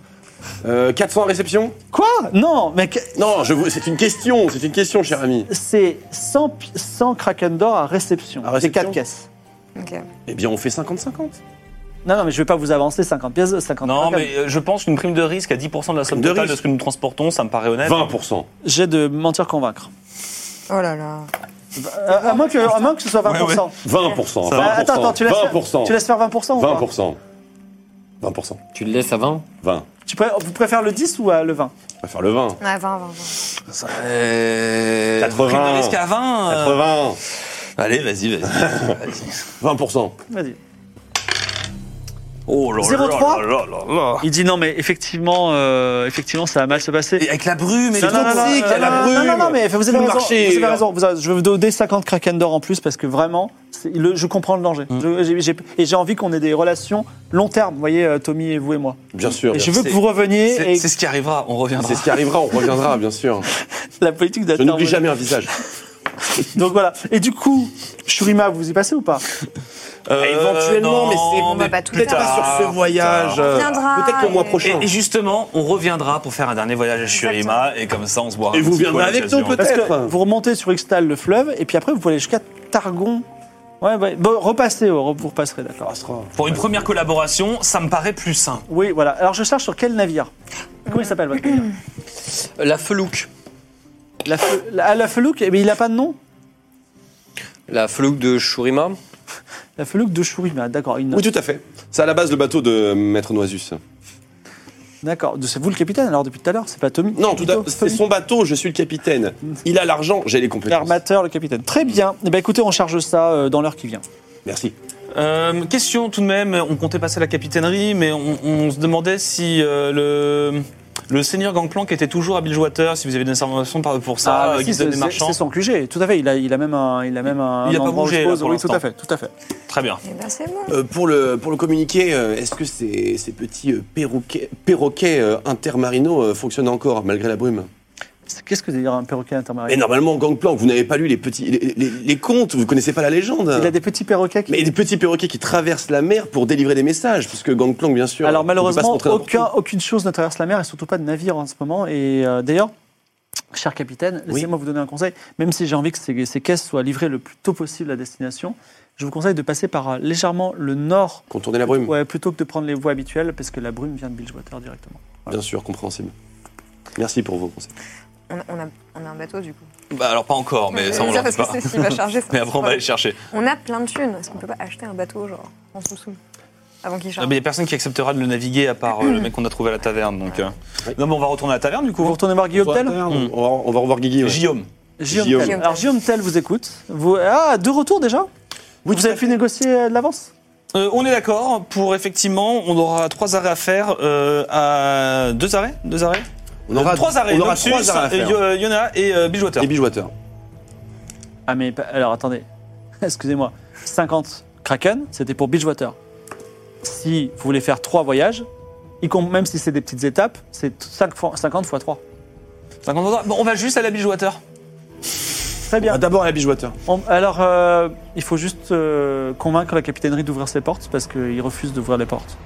F: Euh, 400 à réception
A: Quoi Non, mec,
F: Non, je vous... c'est une question, c'est une question, cher ami.
A: c'est 100, pi- 100 kraken d'or à réception.
F: À réception
A: C'est 4 caisses.
B: Ok.
F: Eh bien, on fait 50-50.
A: Non, non, mais je vais pas vous avancer 50 pièces, 50
D: Non,
A: kraken.
D: mais euh, je pense qu'une prime de risque à 10% de la somme
F: Ah, Prime de
D: totale de
F: risque.
D: ce que nous transportons, ça me paraît honnête.
F: 20%.
A: J'ai de mentir convaincre.
B: Oh là là.
A: Euh, à, moins que, à moins que ce soit 20%.
F: 20%.
A: Bah, attends, attends, tu laisses, faire-
F: 20%.
A: tu laisses faire 20% ou pas
F: 20%. 20%.
E: Tu le laisses à 20
F: 20.
A: Tu pré- Vous préférez le 10 ou euh, le 20
F: On va faire le 20.
B: Ouais, 20, 20, 20.
D: Euh,
F: 80.
D: Prime de risque à 20. euh,
F: 80.
D: Allez, vas-y, vas-y.
F: 20%.
A: Vas-y.
D: Oh là là
A: 0,3?
D: là là là là.
A: Il dit non, mais effectivement, euh, effectivement ça va mal se passer.
D: Et avec la brume et
A: Non,
D: tout.
A: non, non, non,
F: toxique,
A: non,
F: elle a
A: non, non,
F: brûle.
A: non, mais vous avez
F: Faut
A: raison.
F: marcher.
A: vous avez raison, vous avez- je vais vous donner 50 kraken d'or en plus parce que vraiment, c'est- le- je comprends le danger. Je- j'ai- j'ai- et j'ai envie qu'on ait des relations long terme, vous voyez, euh, Tommy et vous et moi.
F: Bien sûr.
A: Et je
F: bien
A: veux
F: sûr.
A: que vous reveniez
D: C'est
A: et
D: c'est ce qui arrivera, on reviendra.
F: C'est ce qui arrivera, on reviendra, bien sûr.
A: la politique
F: Je n'oublie
A: d'intervention.
F: jamais un visage.
A: Donc voilà. Et du coup, Shurima, vous y passez ou pas
D: Euh,
F: Ah, Éventuellement,
D: non,
F: mais c'est-
B: on va pas tout
D: peut-être
B: faire.
D: pas sur ce voyage.
E: Euh,
D: euh.
B: On reviendra
F: Peut-être le mois
B: et-
F: prochain.
D: Et, et justement, on reviendra pour faire un dernier voyage à Shurima et comme ça on se boira.
F: Et
D: un
F: vous
D: petit
F: viendrez
D: coup à
F: avec
D: l'occasion.
F: nous, peut-être.
A: Parce que
F: Peut-être.
A: vous remontez sur Ixtal le fleuve et puis après vous pouvez aller jusqu'à Targon. Ouais, ouais. Bon, repassez, oh, vous repasserez, d'accord.
F: Ça sera-
D: Pour une première collaboration, ça me paraît plus sain.
A: Oui, voilà. Alors je cherche sur quel navire Comment il s'appelle votre navire
E: Euh, La Felouque.
A: La, Fe- la, ah, la Felouque, eh bien, il a pas de nom
E: La Felouque de Shurima.
A: La Felouque de Shurima, d'accord. une-
F: Oui, tout à fait. C'est à la base le bateau de Maître Noisus.
A: D'accord. C'est vous le capitaine alors depuis tout à l'heure C'est pas Tommy
F: Non, tout à
A: Plutôt
F: C'est
A: Tommy.
F: son bateau, je suis le capitaine. Il a l'argent, j'ai les compétences.
A: L'armateur, le capitaine. Très bien. Eh ben, écoutez, on charge ça euh, dans l'heure qui vient.
F: Merci.
D: Euh, question tout de même, on comptait passer la capitainerie, mais on, on se demandait si euh, le,
H: Le seigneur Gangplank était toujours à Bilgewater, si vous avez des informations par- pour ça,
A: Ah,
H: euh,
A: si,
H: guise
A: c'est
H: de
A: c'est-
H: marchands.
A: c'est son QG, tout à fait. Il a, il a même un, il a même un,
H: Il a
A: un
H: pas
A: endroit où
H: bougé,
A: il
H: là,
A: pose.
H: pour
A: Oui, tout à
H: l'instant.
A: fait, tout à fait.
H: Très bien.
B: Eh ben, c'est bon.
F: Euh, pour, le, pour le communiquer, euh, est-ce que ces, ces petits euh, perroquets, perroquets euh, intermarinaux euh, fonctionnent encore malgré la brume
A: Qu'est-ce que veut dire un perroquet
F: Mais
A: intermarin
F: normalement, Gangplank, vous n'avez pas lu les petits les, les- les contes, vous connaissez pas la légende.
A: Il a des petits perroquets qui.
F: Mais des petits perroquets qui traversent la mer pour délivrer des messages, puisque Gangplank, bien sûr.
A: Alors
F: ne peut pas se
A: malheureusement,
F: montrer n'importe
A: aucun-
F: où.
A: aucune chose ne traverse la mer et surtout pas de navire en ce moment. Et euh, d'ailleurs, cher capitaine,
F: Oui.
A: laissez-moi vous donner un conseil. Même si j'ai envie que ces, ces caisses soient livrées le plus tôt possible à destination, je vous conseille de passer par euh, légèrement le nord
F: Contourner la brume,
A: ouais, plutôt que de prendre les voies habituelles parce que la brume vient de Bilgewater directement.
F: bien sûr, compréhensible. Merci pour vos conseils.
B: On, on a, on a un bateau, du coup.
H: Bah, alors pas encore, mais ça on
B: Je veux
H: leur
B: dire,
H: dit pas.
B: parce que c'est- s'il va charger, ça
H: Mais après on va aller le chercher.
B: On a plein de thunes. Est-ce qu'on peut pas acheter un bateau, genre, en sous-sous Avant qu'il
H: Ah,
B: charge
H: mais il y a personne qui acceptera de le naviguer à part euh, le mec qu'on a trouvé à la taverne. Donc, euh. Non, mais on va retourner à la taverne du
A: Vous
H: coup.
A: retournez voir Guillaume Tell
F: On va, on va revoir Guigui. ouais.
H: Guillaume.
A: Guillaume
F: Guillaume.
A: Tell. Alors Guillaume Tell vous écoute. Vous... Ah, de retour déjà
F: Oui,
A: Vous avez pu négocier euh, de l'avance
H: Euh, on est d'accord pour effectivement, on aura trois arrêts à faire. euh, à... Deux arrêts Deux arrêts
F: On aura
H: Trois arrêts.
F: On aura
H: Noctis,
F: trois arrêts à
H: euh,
F: faire.
H: Yo- euh, Yona et euh, Bilgewater.
F: Et Bijouateur.
A: Ah mais pa- alors attendez, excusez-moi, 50 Kraken, c'était pour Beachwater. Si vous voulez faire trois voyages, y com- même si c'est des petites étapes, c'est 5 fois, 50 fois 3.
H: 50 endroits. Bon, on va juste à la Bilgewater.
A: Très bien.
F: Ah, D'abord à la Bijouateur.
A: On- alors, euh, il faut juste euh, convaincre la capitainerie d'ouvrir ses portes parce qu'ils refusent d'ouvrir les portes.